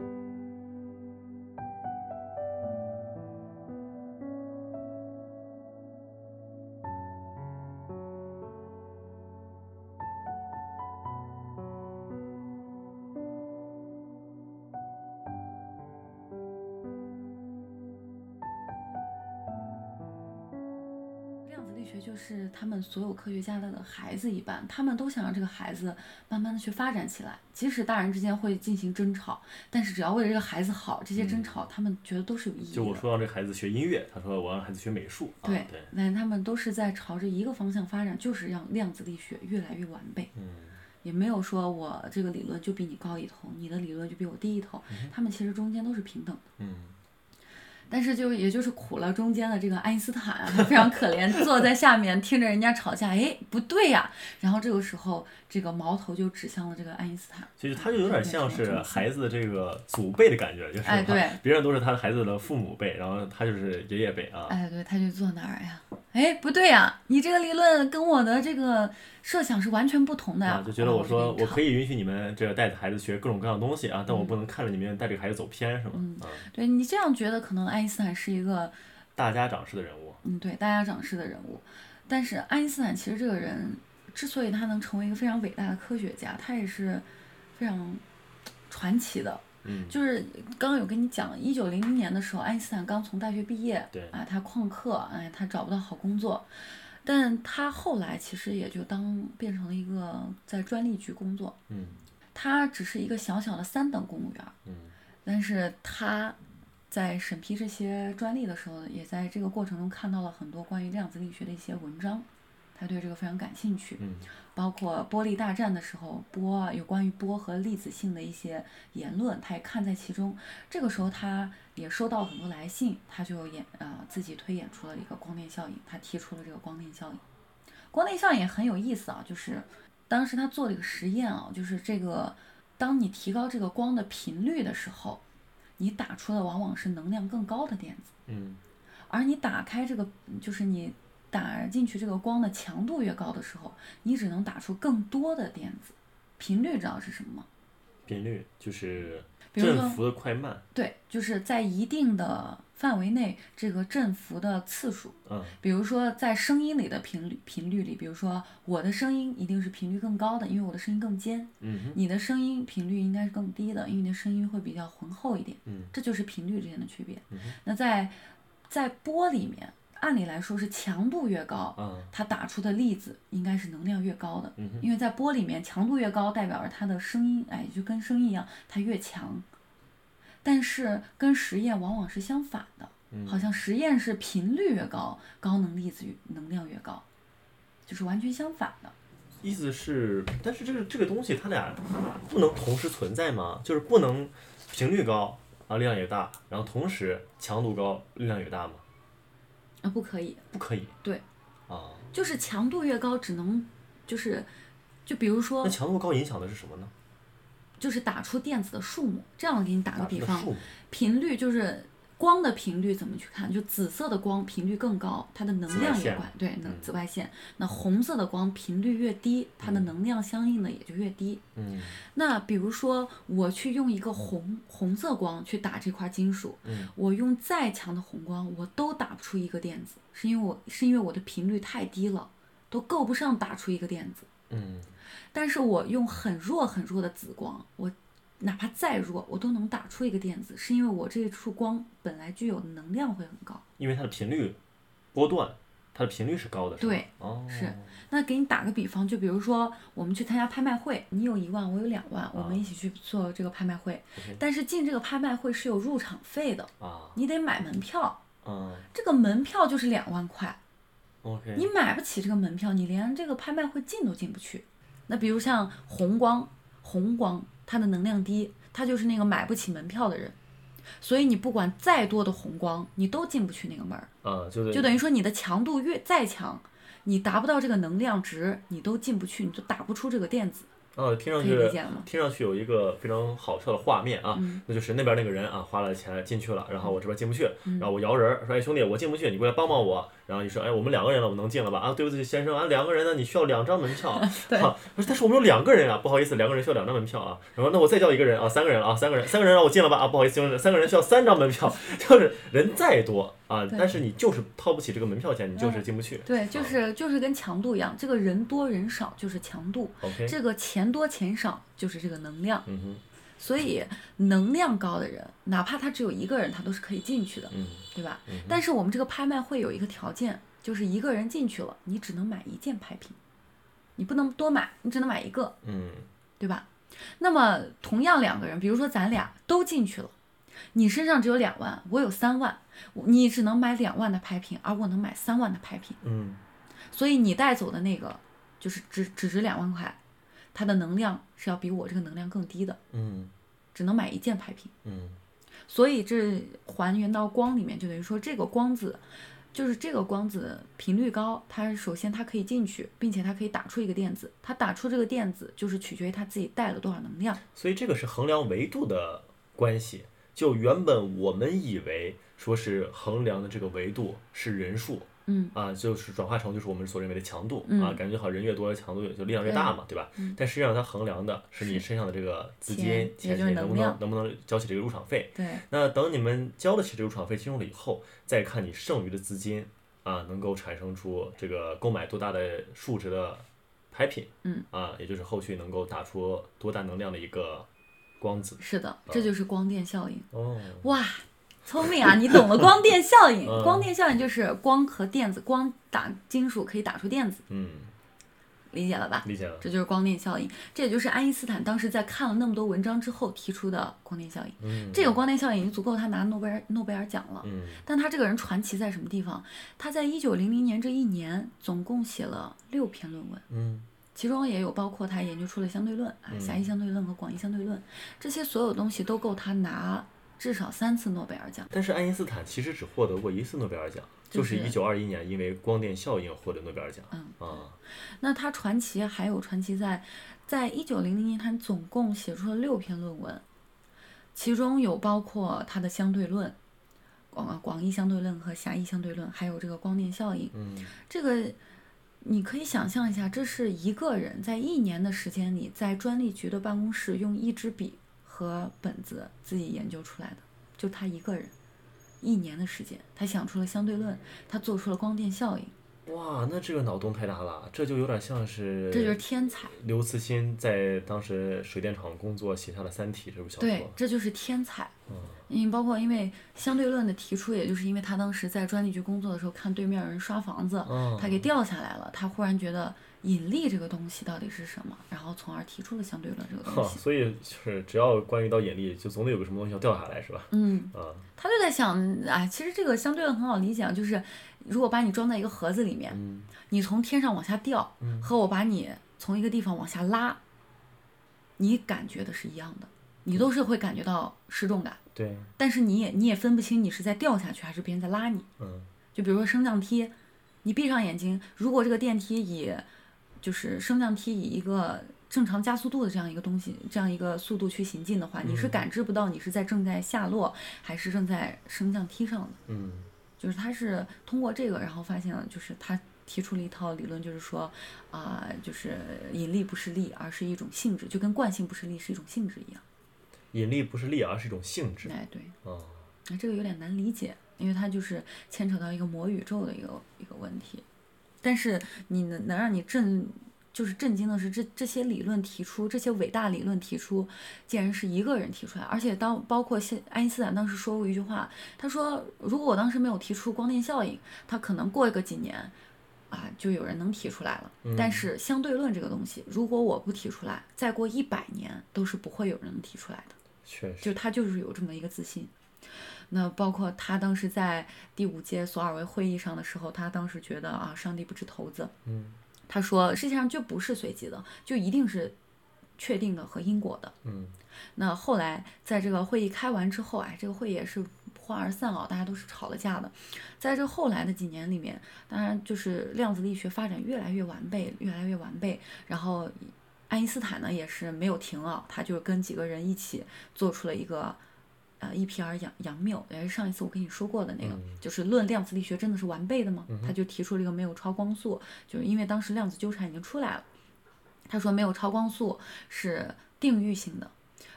Speaker 2: 量子力学就是他们所有科学家的孩子一般，他们都想让这个孩子慢慢的去发展起来。即使大人之间会进行争吵，但是只要为了这个孩子好，这些争吵他们觉得都是有意义
Speaker 1: 嗯
Speaker 2: 的。
Speaker 1: 就我说让这孩子学音乐，他说我让孩子学美术。啊、
Speaker 2: 对
Speaker 1: 对，，
Speaker 2: 但他们都是在朝着一个方向发展，就是让量子力学越来越完备，
Speaker 1: 嗯。
Speaker 2: 也没有说我这个理论就比你高一头，你的理论就比我低一头，他们其实中间都是平等的。
Speaker 1: 嗯
Speaker 2: 但是就也就是苦了中间的这个爱因斯坦啊，他非常可怜，坐在下面听着人家吵架，哎，不对呀、然后这个时候，这个矛头就指向了这个爱因斯坦。
Speaker 1: 其实他就有点像是孩子的这个祖辈的感觉，就是
Speaker 2: 哎对
Speaker 1: 别人都是他的孩子的父母辈，然后他就是爷爷辈啊。
Speaker 2: 哎，对，他就坐那儿哎呀，哎，不对呀、你这个理论跟我的这个设想是完全不同的呀、哦
Speaker 1: 啊，就觉得我说我可
Speaker 2: 以，
Speaker 1: 以允许你们这个带着孩子学各种各样的东西啊，但我不能看着你们带这个孩子走偏，是吗？
Speaker 2: 嗯
Speaker 1: 啊，
Speaker 2: 对你这样觉得，可能爱因斯坦是一个
Speaker 1: 大家长式的人物，
Speaker 2: 嗯，对，大家长式的人物。但是爱因斯坦其实这个人，之所以他能成为一个非常伟大的科学家，他也是非常传奇的。
Speaker 1: 嗯，
Speaker 2: 就是刚刚有跟你讲，一九零零年的时候，爱因斯坦刚从大学毕业，
Speaker 1: 对
Speaker 2: 啊，他旷课，哎，他找不到好工作，但他后来其实也就当变成了一个在专利局工作，
Speaker 1: 嗯
Speaker 2: 他只是一个小小的三等公务员，
Speaker 1: 嗯
Speaker 2: 但是他在审批这些专利的时候，也在这个过程中看到了很多关于量子力学的一些文章，他对这个非常感兴趣，
Speaker 1: 嗯
Speaker 2: 包括波粒大战的时候，波啊有关于波和粒子性的一些言论，他也看在其中。这个时候，他也收到了很多来信，他就演呃自己推演出了一个光电效应，他提出了这个光电效应。光电效应也很有意思啊，就是当时他做了一个实验啊，就是这个当你提高这个光的频率的时候，你打出的往往是能量更高的电子。
Speaker 1: 嗯
Speaker 2: 而你打开这个，就是你打进去这个光的强度越高的时候，你只能打出更多的电子。频率知道是什么吗？
Speaker 1: 频率就是
Speaker 2: 比如
Speaker 1: 振
Speaker 2: 说
Speaker 1: 幅的快慢，
Speaker 2: 对，就是在一定的范围内，这个振幅的次数，
Speaker 1: 嗯
Speaker 2: 比如说在声音里的频率频率里，比如说我的声音一定是频率更高的，因为我的声音更尖；
Speaker 1: 嗯哼
Speaker 2: 你的声音频率应该是更低的，因为你的声音会比较浑厚一点。
Speaker 1: 嗯，
Speaker 2: 这就是频率之间的区别。
Speaker 1: 嗯哼
Speaker 2: 那在在波里面，按理来说是强度越高，
Speaker 1: 啊
Speaker 2: 它打出的粒子应该是能量越高的，
Speaker 1: 嗯哼
Speaker 2: 因为在波里面强度越高，代表着它的声音，哎，就跟声音一样，它越强。但是跟实验往往是相反的，
Speaker 1: 嗯，
Speaker 2: 好像实验是频率越高，高能粒子越能量越高，就是完全相反的。
Speaker 1: 意思是，但是这个这个东西它俩不能同时存在吗？就是不能频率高啊，力量也大，然后同时强度高，力量也大吗？
Speaker 2: 啊，不可以，
Speaker 1: 不可以。
Speaker 2: 对。
Speaker 1: 啊，
Speaker 2: 就是强度越高，只能就是，就比如说
Speaker 1: 那，强度高影响的是什么呢？
Speaker 2: 就是打出电子的数目。这样给你打个
Speaker 1: 打
Speaker 2: 比
Speaker 1: 出的
Speaker 2: 方，
Speaker 1: 数目
Speaker 2: 频率就是光的频率怎么去看？就紫色的光频率更高，它的能量
Speaker 1: 紫外
Speaker 2: 也
Speaker 1: 线
Speaker 2: 快，对，能
Speaker 1: 嗯
Speaker 2: 紫外线。那红色的光频率越低，它的能量相应的也就越低。
Speaker 1: 嗯
Speaker 2: 那比如说，我去用一个红红色光去打这块金属，
Speaker 1: 嗯
Speaker 2: 我用再强的红光，我都打不出一个电子，是因为我是因为我的频率太低了，都够不上打出一个电子。
Speaker 1: 嗯
Speaker 2: 但是我用很弱很弱的紫光，我哪怕再弱，我都能打出一个电子，是因为我这一束光本来具有的能量会很高。
Speaker 1: 因为它的频率波段，它的频率是高的，是吧
Speaker 2: 对，
Speaker 1: 哦，
Speaker 2: 是那给你打个比方，就比如说我们去参加拍卖会，你有一万，我有两万，我们一起去做这个拍卖会。
Speaker 1: 啊 OK
Speaker 2: 但是进这个拍卖会是有入场费的，
Speaker 1: 啊，
Speaker 2: 你得买门票，
Speaker 1: 嗯
Speaker 2: 这个门票就是两万块。
Speaker 1: ，OK，
Speaker 2: 你买不起这个门票，你连这个拍卖会进都进不去。那比如像红光，红光它的能量低，它就是那个买不起门票的人，所以你不管再多的红光，你都进不去那个门儿，
Speaker 1: 啊，就
Speaker 2: 就等于说你的强度越再强，你达不到这个能量值，你都进不去，你就打不出这个电子，
Speaker 1: 啊，听上
Speaker 2: 可
Speaker 1: 去
Speaker 2: 以理解了吗？
Speaker 1: 听上去有一个非常好笑的画面啊，
Speaker 2: 嗯
Speaker 1: 那就是那边那个人啊花了钱进去了，然后我这边进不去，
Speaker 2: 嗯
Speaker 1: 然后我摇人儿说：“哎，兄弟，我进不去，你过来帮帮我。”然后你说：“哎，我们两个人了，我能进了吧？”啊，对不起，先生啊，两个人呢，你需要两张门票。
Speaker 2: [laughs] 对
Speaker 1: 啊，不是，但是我们有两个人啊，不好意思，两个人需要两张门票啊。然后那我再叫一个人啊，三个人了啊，三个人，三个人让我进了吧啊，不好意思，兄弟，三个人需要三张门票， [laughs] 就是人再多啊，
Speaker 2: 对
Speaker 1: 但是你就是掏不起这个门票钱，你就是进不去。
Speaker 2: 对，就是就是跟强度一样，这个人多人少就是强度，
Speaker 1: OK，
Speaker 2: 这个钱多钱少就是这个能量。
Speaker 1: 嗯哼，
Speaker 2: 所以能量高的人，哪怕他只有一个人，他都是可以进去的，
Speaker 1: 嗯
Speaker 2: 对吧？
Speaker 1: 嗯哼
Speaker 2: 但是我们这个拍卖会有一个条件，就是一个人进去了，你只能买一件拍品，你不能多买，你只能买一个，
Speaker 1: 嗯
Speaker 2: 对吧？那么同样两个人，比如说咱俩都进去了，你身上只有两万，我有三万，我你只能买两万的拍品，而我能买三万的拍品，
Speaker 1: 嗯
Speaker 2: 所以你带走的那个就是只只值两万块，它的能量是要比我这个能量更低的，
Speaker 1: 嗯
Speaker 2: 只能买一件拍品。
Speaker 1: 嗯
Speaker 2: 所以这还原到光里面，就等于说这个光子，就是这个光子频率高，它首先它可以进去，并且它可以打出一个电子，它打出这个电子就是取决于它自己带了多少能量。
Speaker 1: 所以这个是衡量维度的关系。就原本我们以为说是衡量的这个维度是人数
Speaker 2: 嗯，
Speaker 1: 啊，就是转化成就是我们所认为的强度、
Speaker 2: 嗯
Speaker 1: 啊，感觉好像人越多强度就力量越大嘛，对吧？
Speaker 2: 嗯
Speaker 1: 但实际上它衡量的是你身上的这个资金
Speaker 2: 钱
Speaker 1: 钱
Speaker 2: 也就是
Speaker 1: 能不
Speaker 2: 能量
Speaker 1: 能能不能交起这个入场费。
Speaker 2: 对，
Speaker 1: 那等你们交得起这个入场费进入了以后，再看你剩余的资金啊，能够产生出这个购买多大的数值的拍品，
Speaker 2: 嗯
Speaker 1: 啊，也就是后续能够打出多大能量的一个光子。
Speaker 2: 是的，这就是光电效应。
Speaker 1: 哦，
Speaker 2: 哇，聪明啊，你懂了光电效应
Speaker 1: 嗯。
Speaker 2: 光电效应就是光和电子，光打金属可以打出电子，
Speaker 1: 嗯，
Speaker 2: 理解了吧？
Speaker 1: 理解了。
Speaker 2: 这就是光电效应，这也就是爱因斯坦当时在看了那么多文章之后提出的光电效应。
Speaker 1: 嗯，
Speaker 2: 这个光电效应已经足够他拿诺贝尔诺贝尔奖了。
Speaker 1: 嗯
Speaker 2: 但他这个人传奇在什么地方？他在一九零零年这一年，总共写了六篇论文，
Speaker 1: 嗯
Speaker 2: 其中也有包括他研究出了相对论啊、狭义相对论和广义相对论，这些所有东西都够他拿至少三次诺贝尔奖。
Speaker 1: 但是爱因斯坦其实只获得过一次诺贝尔奖，就
Speaker 2: 就是是
Speaker 1: 一九二一年因为光电效应获得诺贝尔奖。
Speaker 2: 嗯
Speaker 1: 啊，
Speaker 2: 那他传奇还有传奇在，在一九零零年，他总共写出了六篇论文，其中有包括他的相对论。广广义相对论和狭义相对论，还有这个光电效应，
Speaker 1: 嗯
Speaker 2: 这个你可以想象一下，这是一个人在一年的时间里，在专利局的办公室用一支笔和和本子自己研究出来的，就他一个人，一年的时间，他想出了相对论，他做出了光电效应，
Speaker 1: 哇，那这个脑洞太大了，这就有点像是
Speaker 2: 这就是天才。
Speaker 1: 刘慈欣在当时水电厂工作写下了《三体》这部小
Speaker 2: 对
Speaker 1: 说，。
Speaker 2: 这就是天才。因为包括因为相对论的提出，也就是因为他当时在专利局工作的时候，看对面有人刷房子，
Speaker 1: 嗯，
Speaker 2: 他给掉下来了，他忽然觉得引力这个东西到底是什么，然后从而提出了相对论这个
Speaker 1: 哈
Speaker 2: 东西。
Speaker 1: 所以就是只要关于到引力，就总得有个什么东西要掉下来，是吧？
Speaker 2: 嗯，
Speaker 1: 啊，
Speaker 2: 他就在想，哎，其实这个相对论很好理解，啊，就是如果把你装在一个盒子里面，
Speaker 1: 嗯
Speaker 2: 你从天上往下掉，
Speaker 1: 嗯
Speaker 2: 和我把你从一个地方往下拉，你感觉的是一样的，你都是会感觉到失重感，
Speaker 1: 对，
Speaker 2: 但是你也你也分不清你是在掉下去还是别人在拉你。
Speaker 1: 嗯
Speaker 2: 就比如说升降梯，你闭上眼睛，如果这个电梯以就是升降梯以一个正常加速度的这样一个东西，这样一个速度去行进的话，你是
Speaker 1: 嗯
Speaker 2: 感知不到你是在正在下落还是正在升降梯上的。
Speaker 1: 嗯
Speaker 2: 就是他是通过这个，然后发现了，就是他提出了一套理论，就是说，啊、就是引力不是力，而是一种性质，就跟惯性不是力是一种性质一样。
Speaker 1: 引力不是力，而是一种性质。
Speaker 2: 哎，对，
Speaker 1: 啊，
Speaker 2: 那这个有点难理解，因为它就是牵扯到一个魔宇宙的一个一个问题。但是你能能让你震，就是震惊的是这这些理论提出，这些伟大理论提出，竟然是一个人提出来，而且当包括现爱因斯坦当时说过一句话，他说如果我当时没有提出光电效应，他可能过个几年。啊，就有人能提出来了。但是相对论这个东西，如果我不提出来，再过一百年都是不会有人能提出来的。
Speaker 1: 确实，
Speaker 2: 就他就是有这么一个自信。那包括他当时在第五届索尔维会议上的时候，他当时觉得啊，上帝不掷骰子，
Speaker 1: 嗯
Speaker 2: 他说世界上就不是随机的，就一定是确定的和因果的。
Speaker 1: 嗯
Speaker 2: 那后来在这个会议开完之后，哎，这个会议也是不欢而散啊，大家都是吵了架的。在这后来的几年里面，当然就是量子力学发展越来越完备，越来越完备。然后爱因斯坦呢也是没有停啊，他就跟几个人一起做出了一个。呃，EPR 杨杨谬也是上一次我跟你说过的那个，
Speaker 1: 嗯
Speaker 2: 就是论量子力学真的是完备的吗？他就提出了一个没有超光速，就是因为当时量子纠缠已经出来了，他说没有超光速是定域性的，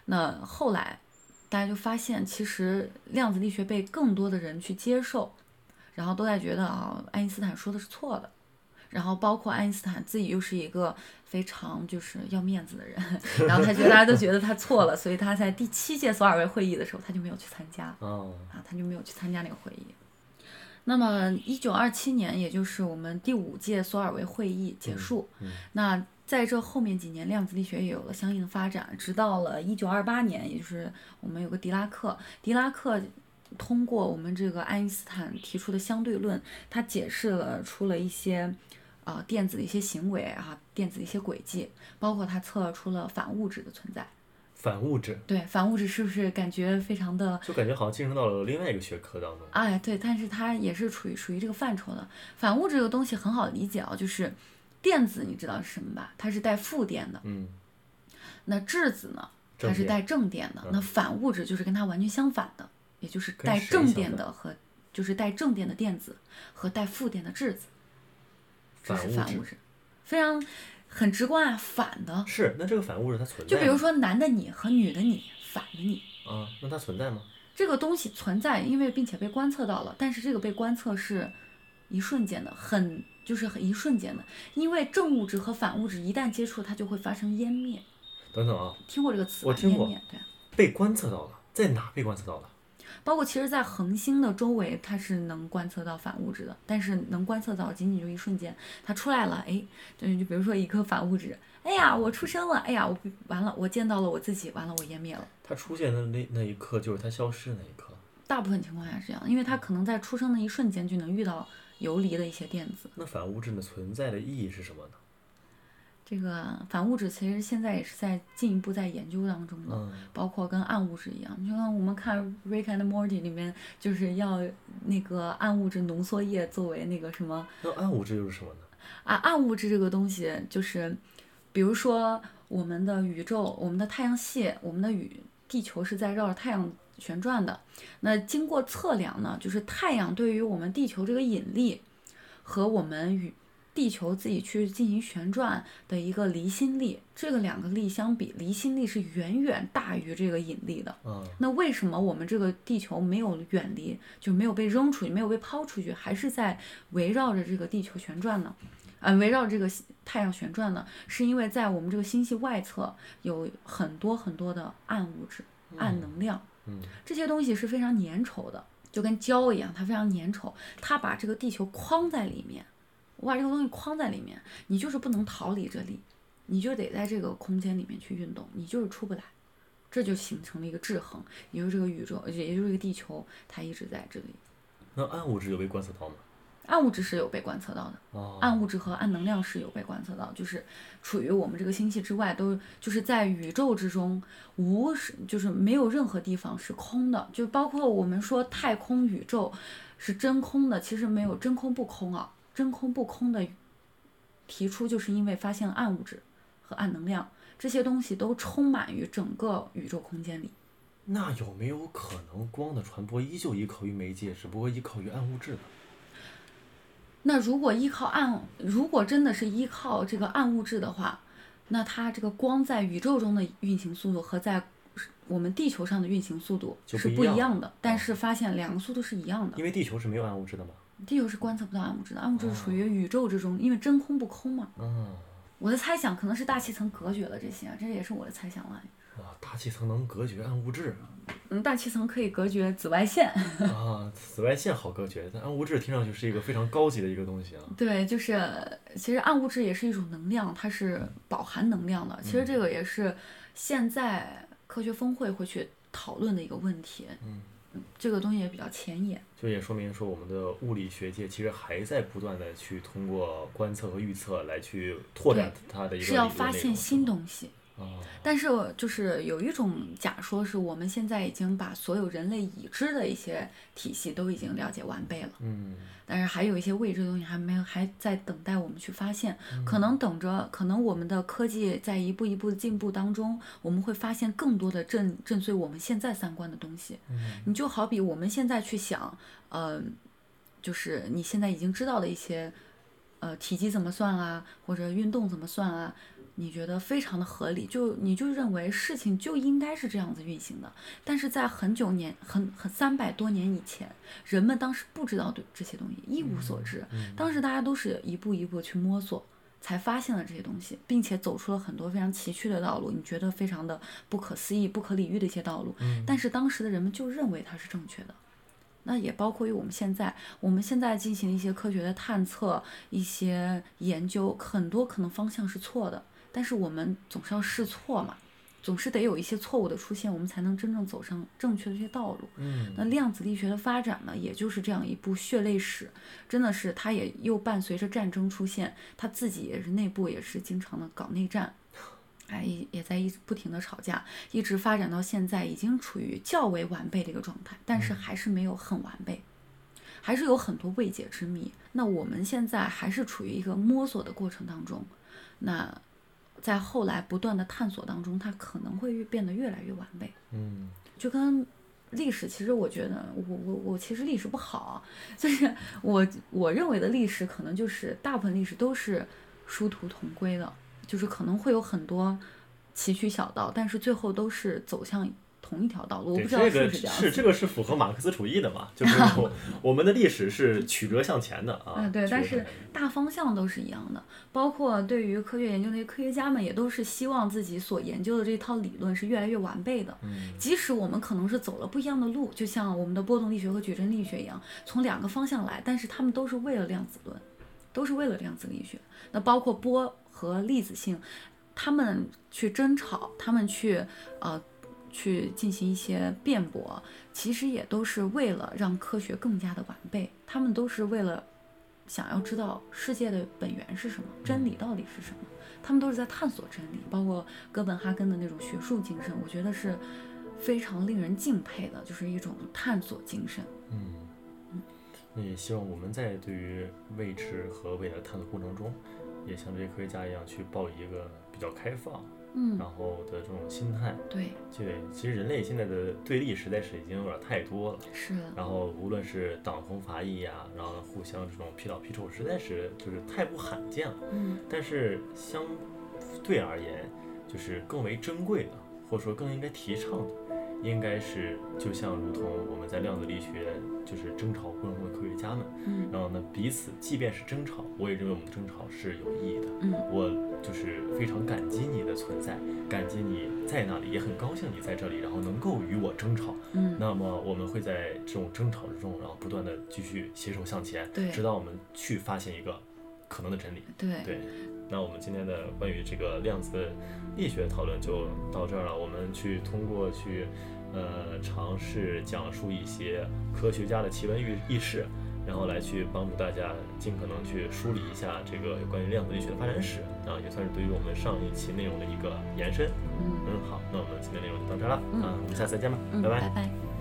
Speaker 2: 那后来大家就发现，其实量子力学被更多的人去接受，然后都在觉得啊，爱因斯坦说的是错的。然后包括爱因斯坦自己又是一个非常就是要面子的人，然后他觉得大家都觉得他错了，所以他在第七届索尔维会议的时候他就没有去参加。
Speaker 1: 啊，
Speaker 2: 啊，他就没有去参加那个会议。那么，一九二七年，也就是我们第五届索尔维会议结束。
Speaker 1: 嗯
Speaker 2: 那在这后面几年，量子力学也有了相应的发展，直到了一九二八年，也就是我们有个狄拉克，狄拉克通过我们这个爱因斯坦提出的相对论，他解释了出了一些。啊、电子的一些行为啊，电子的一些轨迹，包括他测出了反物质的存在。
Speaker 1: 反物质，
Speaker 2: 对，反物质是不是感觉非常的
Speaker 1: 就感觉好像晋升到了另外一个学科当中。
Speaker 2: 哎，对，但是它也是处于属于这个范畴的。反物质这个东西很好理解啊，就是电子你知道是什么吧？它是带负电的。
Speaker 1: 嗯，
Speaker 2: 那质子呢？
Speaker 1: 正
Speaker 2: 它是
Speaker 1: 电嗯
Speaker 2: 带正电的。那反物质就是跟它完全相反的，也就是
Speaker 1: 跟
Speaker 2: 带
Speaker 1: 谁
Speaker 2: 正
Speaker 1: 相
Speaker 2: 电
Speaker 1: 反
Speaker 2: 的和就是带正电的电子和带负电的质子，这
Speaker 1: 反
Speaker 2: 是
Speaker 1: 物
Speaker 2: 反
Speaker 1: 质
Speaker 2: 物质，非常很直观啊，反的。
Speaker 1: 是，那这个反物质它存在
Speaker 2: 就
Speaker 1: 吗？
Speaker 2: 比如说男的你和女的你，反的你。
Speaker 1: 啊，那它存在吗？
Speaker 2: 这个东西存在，因为并且被观测到了，但是这个被观测是一瞬间的，很就是很一瞬间的，因为正物质和反物质一旦接触，它就会发生湮灭。
Speaker 1: 等等啊，
Speaker 2: 听过这个词吧？
Speaker 1: 我听过
Speaker 2: 湮灭，对。啊
Speaker 1: 被观测到了，在哪被观测到了？
Speaker 2: 包括其实，在恒星的周围，它是能观测到反物质的，但是能观测到仅仅就一瞬间，它出来了，哎，就是就比如说一颗反物质，哎呀，我出生了，哎呀，我完了，我见到了我自己，完了，我湮灭了。
Speaker 1: 它出现的那那一刻，就是它消失那一刻。
Speaker 2: 大部分情况下是这样，因为它可能在出生的一瞬间就能遇到游离的一些电子。
Speaker 1: 那反物质的存在的意义是什么呢？
Speaker 2: 这个反物质其实现在也是在进一步在研究当中的，
Speaker 1: 嗯，
Speaker 2: 包括跟暗物质一样，就像我们看《Rick and Morty》里面，就是要那个暗物质浓缩液作为那个什么
Speaker 1: 那暗物质又是什么呢？
Speaker 2: 啊，暗物质这个东西就是，比如说我们的宇宙、我们的太阳系、我们的宇地球是在绕着太阳旋转的。那经过测量呢，就是太阳对于我们地球这个引力和我们宇地球自己去进行旋转的一个离心力，这个两个力相比，离心力是远远大于这个引力的。
Speaker 1: 嗯，
Speaker 2: 那为什么我们这个地球没有远离，就没有被扔出去，没有被抛出去，还是在围绕着这个地球旋转呢？嗯、围绕这个西太阳旋转呢，是因为在我们这个星系外侧有很多很多的暗物质、暗能量，
Speaker 1: 嗯
Speaker 2: 这些东西是非常粘稠的，就跟胶一样，它非常粘稠，它把这个地球框在里面，我把这个东西框在里面，你就是不能逃离这里，你就得在这个空间里面去运动，你就是出不来，这就形成了一个制衡，也就是这个宇宙，也就是这个地球，它一直在这里。
Speaker 1: 那暗物质有被观测到吗？
Speaker 2: 暗物质是有被观测到的，
Speaker 1: 哦，
Speaker 2: 暗物质和暗能量是有被观测到，就是处于我们这个星系之外，都就是在宇宙之中，无是就是没有任何地方是空的，就包括我们说太空宇宙是真空的，其实没有真空不空啊，真空不空的提出就是因为发现了暗物质和暗能量这些东西都充满于整个宇宙空间里。
Speaker 1: 那有没有可能光的传播依旧依靠于媒介，只不过依靠于暗物质呢？
Speaker 2: 那如果依靠暗，如果真的是依靠这个暗物质的话，那它这个光在宇宙中的运行速度和在我们地球上的运行速度
Speaker 1: 就是不
Speaker 2: 不
Speaker 1: 一样哦
Speaker 2: 一样的，但是发现两个速度是一样的。
Speaker 1: 因为地球是没有暗物质的嘛。
Speaker 2: 地球是观测不到暗物质的，暗物质属
Speaker 1: 哦
Speaker 2: 于宇宙之中，因为真空不空嘛。
Speaker 1: 嗯，
Speaker 2: 我的猜想可能是大气层隔绝了这些，啊这也是我的猜想了。
Speaker 1: 哇，大气层能隔绝暗物质
Speaker 2: 嗯，大气层可以隔绝紫外线，
Speaker 1: 啊！紫外线好隔绝，但暗物质听上去是一个非常高级的一个东西啊。
Speaker 2: 对，就是其实暗物质也是一种能量，它是饱含能量的。
Speaker 1: 嗯
Speaker 2: 其实这个也是现在科学峰会会去讨论的一个问题。
Speaker 1: 嗯
Speaker 2: 嗯，这个东西也比较前沿。
Speaker 1: 就也说明说，我们的物理学界其实还在不断的去通过观测和预测来去拓展它的一个
Speaker 2: 是要
Speaker 1: 理论
Speaker 2: 发
Speaker 1: 内
Speaker 2: 现
Speaker 1: 容
Speaker 2: 新东西。
Speaker 1: 啊，
Speaker 2: 但是我就是有一种假说，是我们现在已经把所有人类已知的一些体系都已经了解完备了，
Speaker 1: 嗯，
Speaker 2: 但是还有一些未知的东西还没有，还在等待我们去发现。可能等着，可能我们的科技在一步一步进步当中，我们会发现更多的震震碎我们现在三观的东西。你就好比我们现在去想，呃，就是你现在已经知道的一些，呃，体积怎么算啊，或者运动怎么算啊，你觉得非常的合理，就你就认为事情就应该是这样子运行的。但是在很久年、很很三百多年以前，人们当时不知道对这些东西，一无所知。当时大家都是一步一步去摸索，才发现了这些东西，并且走出了很多非常崎岖的道路，你觉得非常的不可思议、不可理喻的一些道路。但是当时的人们就认为它是正确的。那也包括于我们现在，我们现在进行一些科学的探测、一些研究，很多可能方向是错的，但是我们总是要试错嘛，总是得有一些错误的出现，我们才能真正走上正确的一些道路。
Speaker 1: 嗯，
Speaker 2: 那量子力学的发展呢，也就是这样一部血泪史，真的是它也又伴随着战争出现，它自己也是内部也是经常的搞内战，哎，也也在一直不停的吵架，一直发展到现在，已经处于较为完备的一个状态，但是还是没有很完备。还是有很多未解之谜。那我们现在还是处于一个摸索的过程当中，那在后来不断的探索当中，它可能会越变得越来越完备。
Speaker 1: 嗯，
Speaker 2: 就跟历史，其实我觉得我我我其实历史不 [laughs] 好，就是我我认为的历史可能就是大部分历史都是殊途同归的，就是可能会有很多崎岖小道，但是最后都是走向同一条道路。我
Speaker 1: 对，
Speaker 2: 不知道
Speaker 1: 这
Speaker 2: 是
Speaker 1: 个
Speaker 2: 不是这样
Speaker 1: 是
Speaker 2: 子
Speaker 1: 这个是符合马克思主义的嘛？
Speaker 2: [laughs]
Speaker 1: 就是我我们的历史是曲折向前的啊。
Speaker 2: 嗯，对，
Speaker 1: 曲折
Speaker 2: 但
Speaker 1: 向
Speaker 2: 是
Speaker 1: 前
Speaker 2: 大方向都是一样的，包括对于科学研究的科学家们，也都是希望自己所研究的这套理论是越来越完备的。
Speaker 1: 嗯
Speaker 2: 即使我们可能是走了不一样的路，就像我们的波动力学和矩阵力学一样，从两个方向来，但是他们都是为了量子论，都是为了量子力学。那包括波和粒子性，他们去争吵，他们去呃去进行一些辩驳，其实也都是为了让科学更加的完备，他们都是为了想要知道世界的本源是什么，真理到底是什么。他们都是在探索真理，包括哥本哈根的那种学术精神，我觉得是非常令人敬佩的，就是一种探索精神。
Speaker 1: 嗯，那也希望我们在对于未知和未来的探索过程中，也像这些科学家一样，去抱以一个比较开放、
Speaker 2: 嗯，
Speaker 1: 然后的这种心态。
Speaker 2: 对，
Speaker 1: 对，其实人类现在的对立实在是已经有点太多了。
Speaker 2: 是的，
Speaker 1: 然后无论是党同伐异呀、然后互相这种批倒批臭，实在是就是太不罕见了。
Speaker 2: 嗯，
Speaker 1: 但是相对而言，就是更为珍贵的，或者说更应该提倡的，应该是就像如同我们在量子力学就是争吵过程中的科学家们，
Speaker 2: 嗯
Speaker 1: 然后呢彼此即便是争吵，我也认为我们的争吵是有意义的。
Speaker 2: 嗯，
Speaker 1: 我就是非常感激你的存在，感激你在那里，也很高兴你在这里，然后能够与我争吵。
Speaker 2: 嗯，
Speaker 1: 那么我们会在这种争吵之中，然后不断的继续携手向前，
Speaker 2: 对
Speaker 1: 直到我们去发现一个可能的真理。
Speaker 2: 对，
Speaker 1: 对，那我们今天的关于这个量子力学讨论就到这儿了。我们去通过去，呃，尝试讲述一些科学家的奇闻异异事，然后来去帮助大家尽可能去梳理一下这个有关于量子力学的发展史啊，也算是对于我们上一期内容的一个延伸。
Speaker 2: 嗯
Speaker 1: 嗯，好，那我们今天内容就到这儿了、
Speaker 2: 嗯
Speaker 1: 啊，我们下次再见吧，
Speaker 2: 嗯，
Speaker 1: 拜
Speaker 2: 拜拜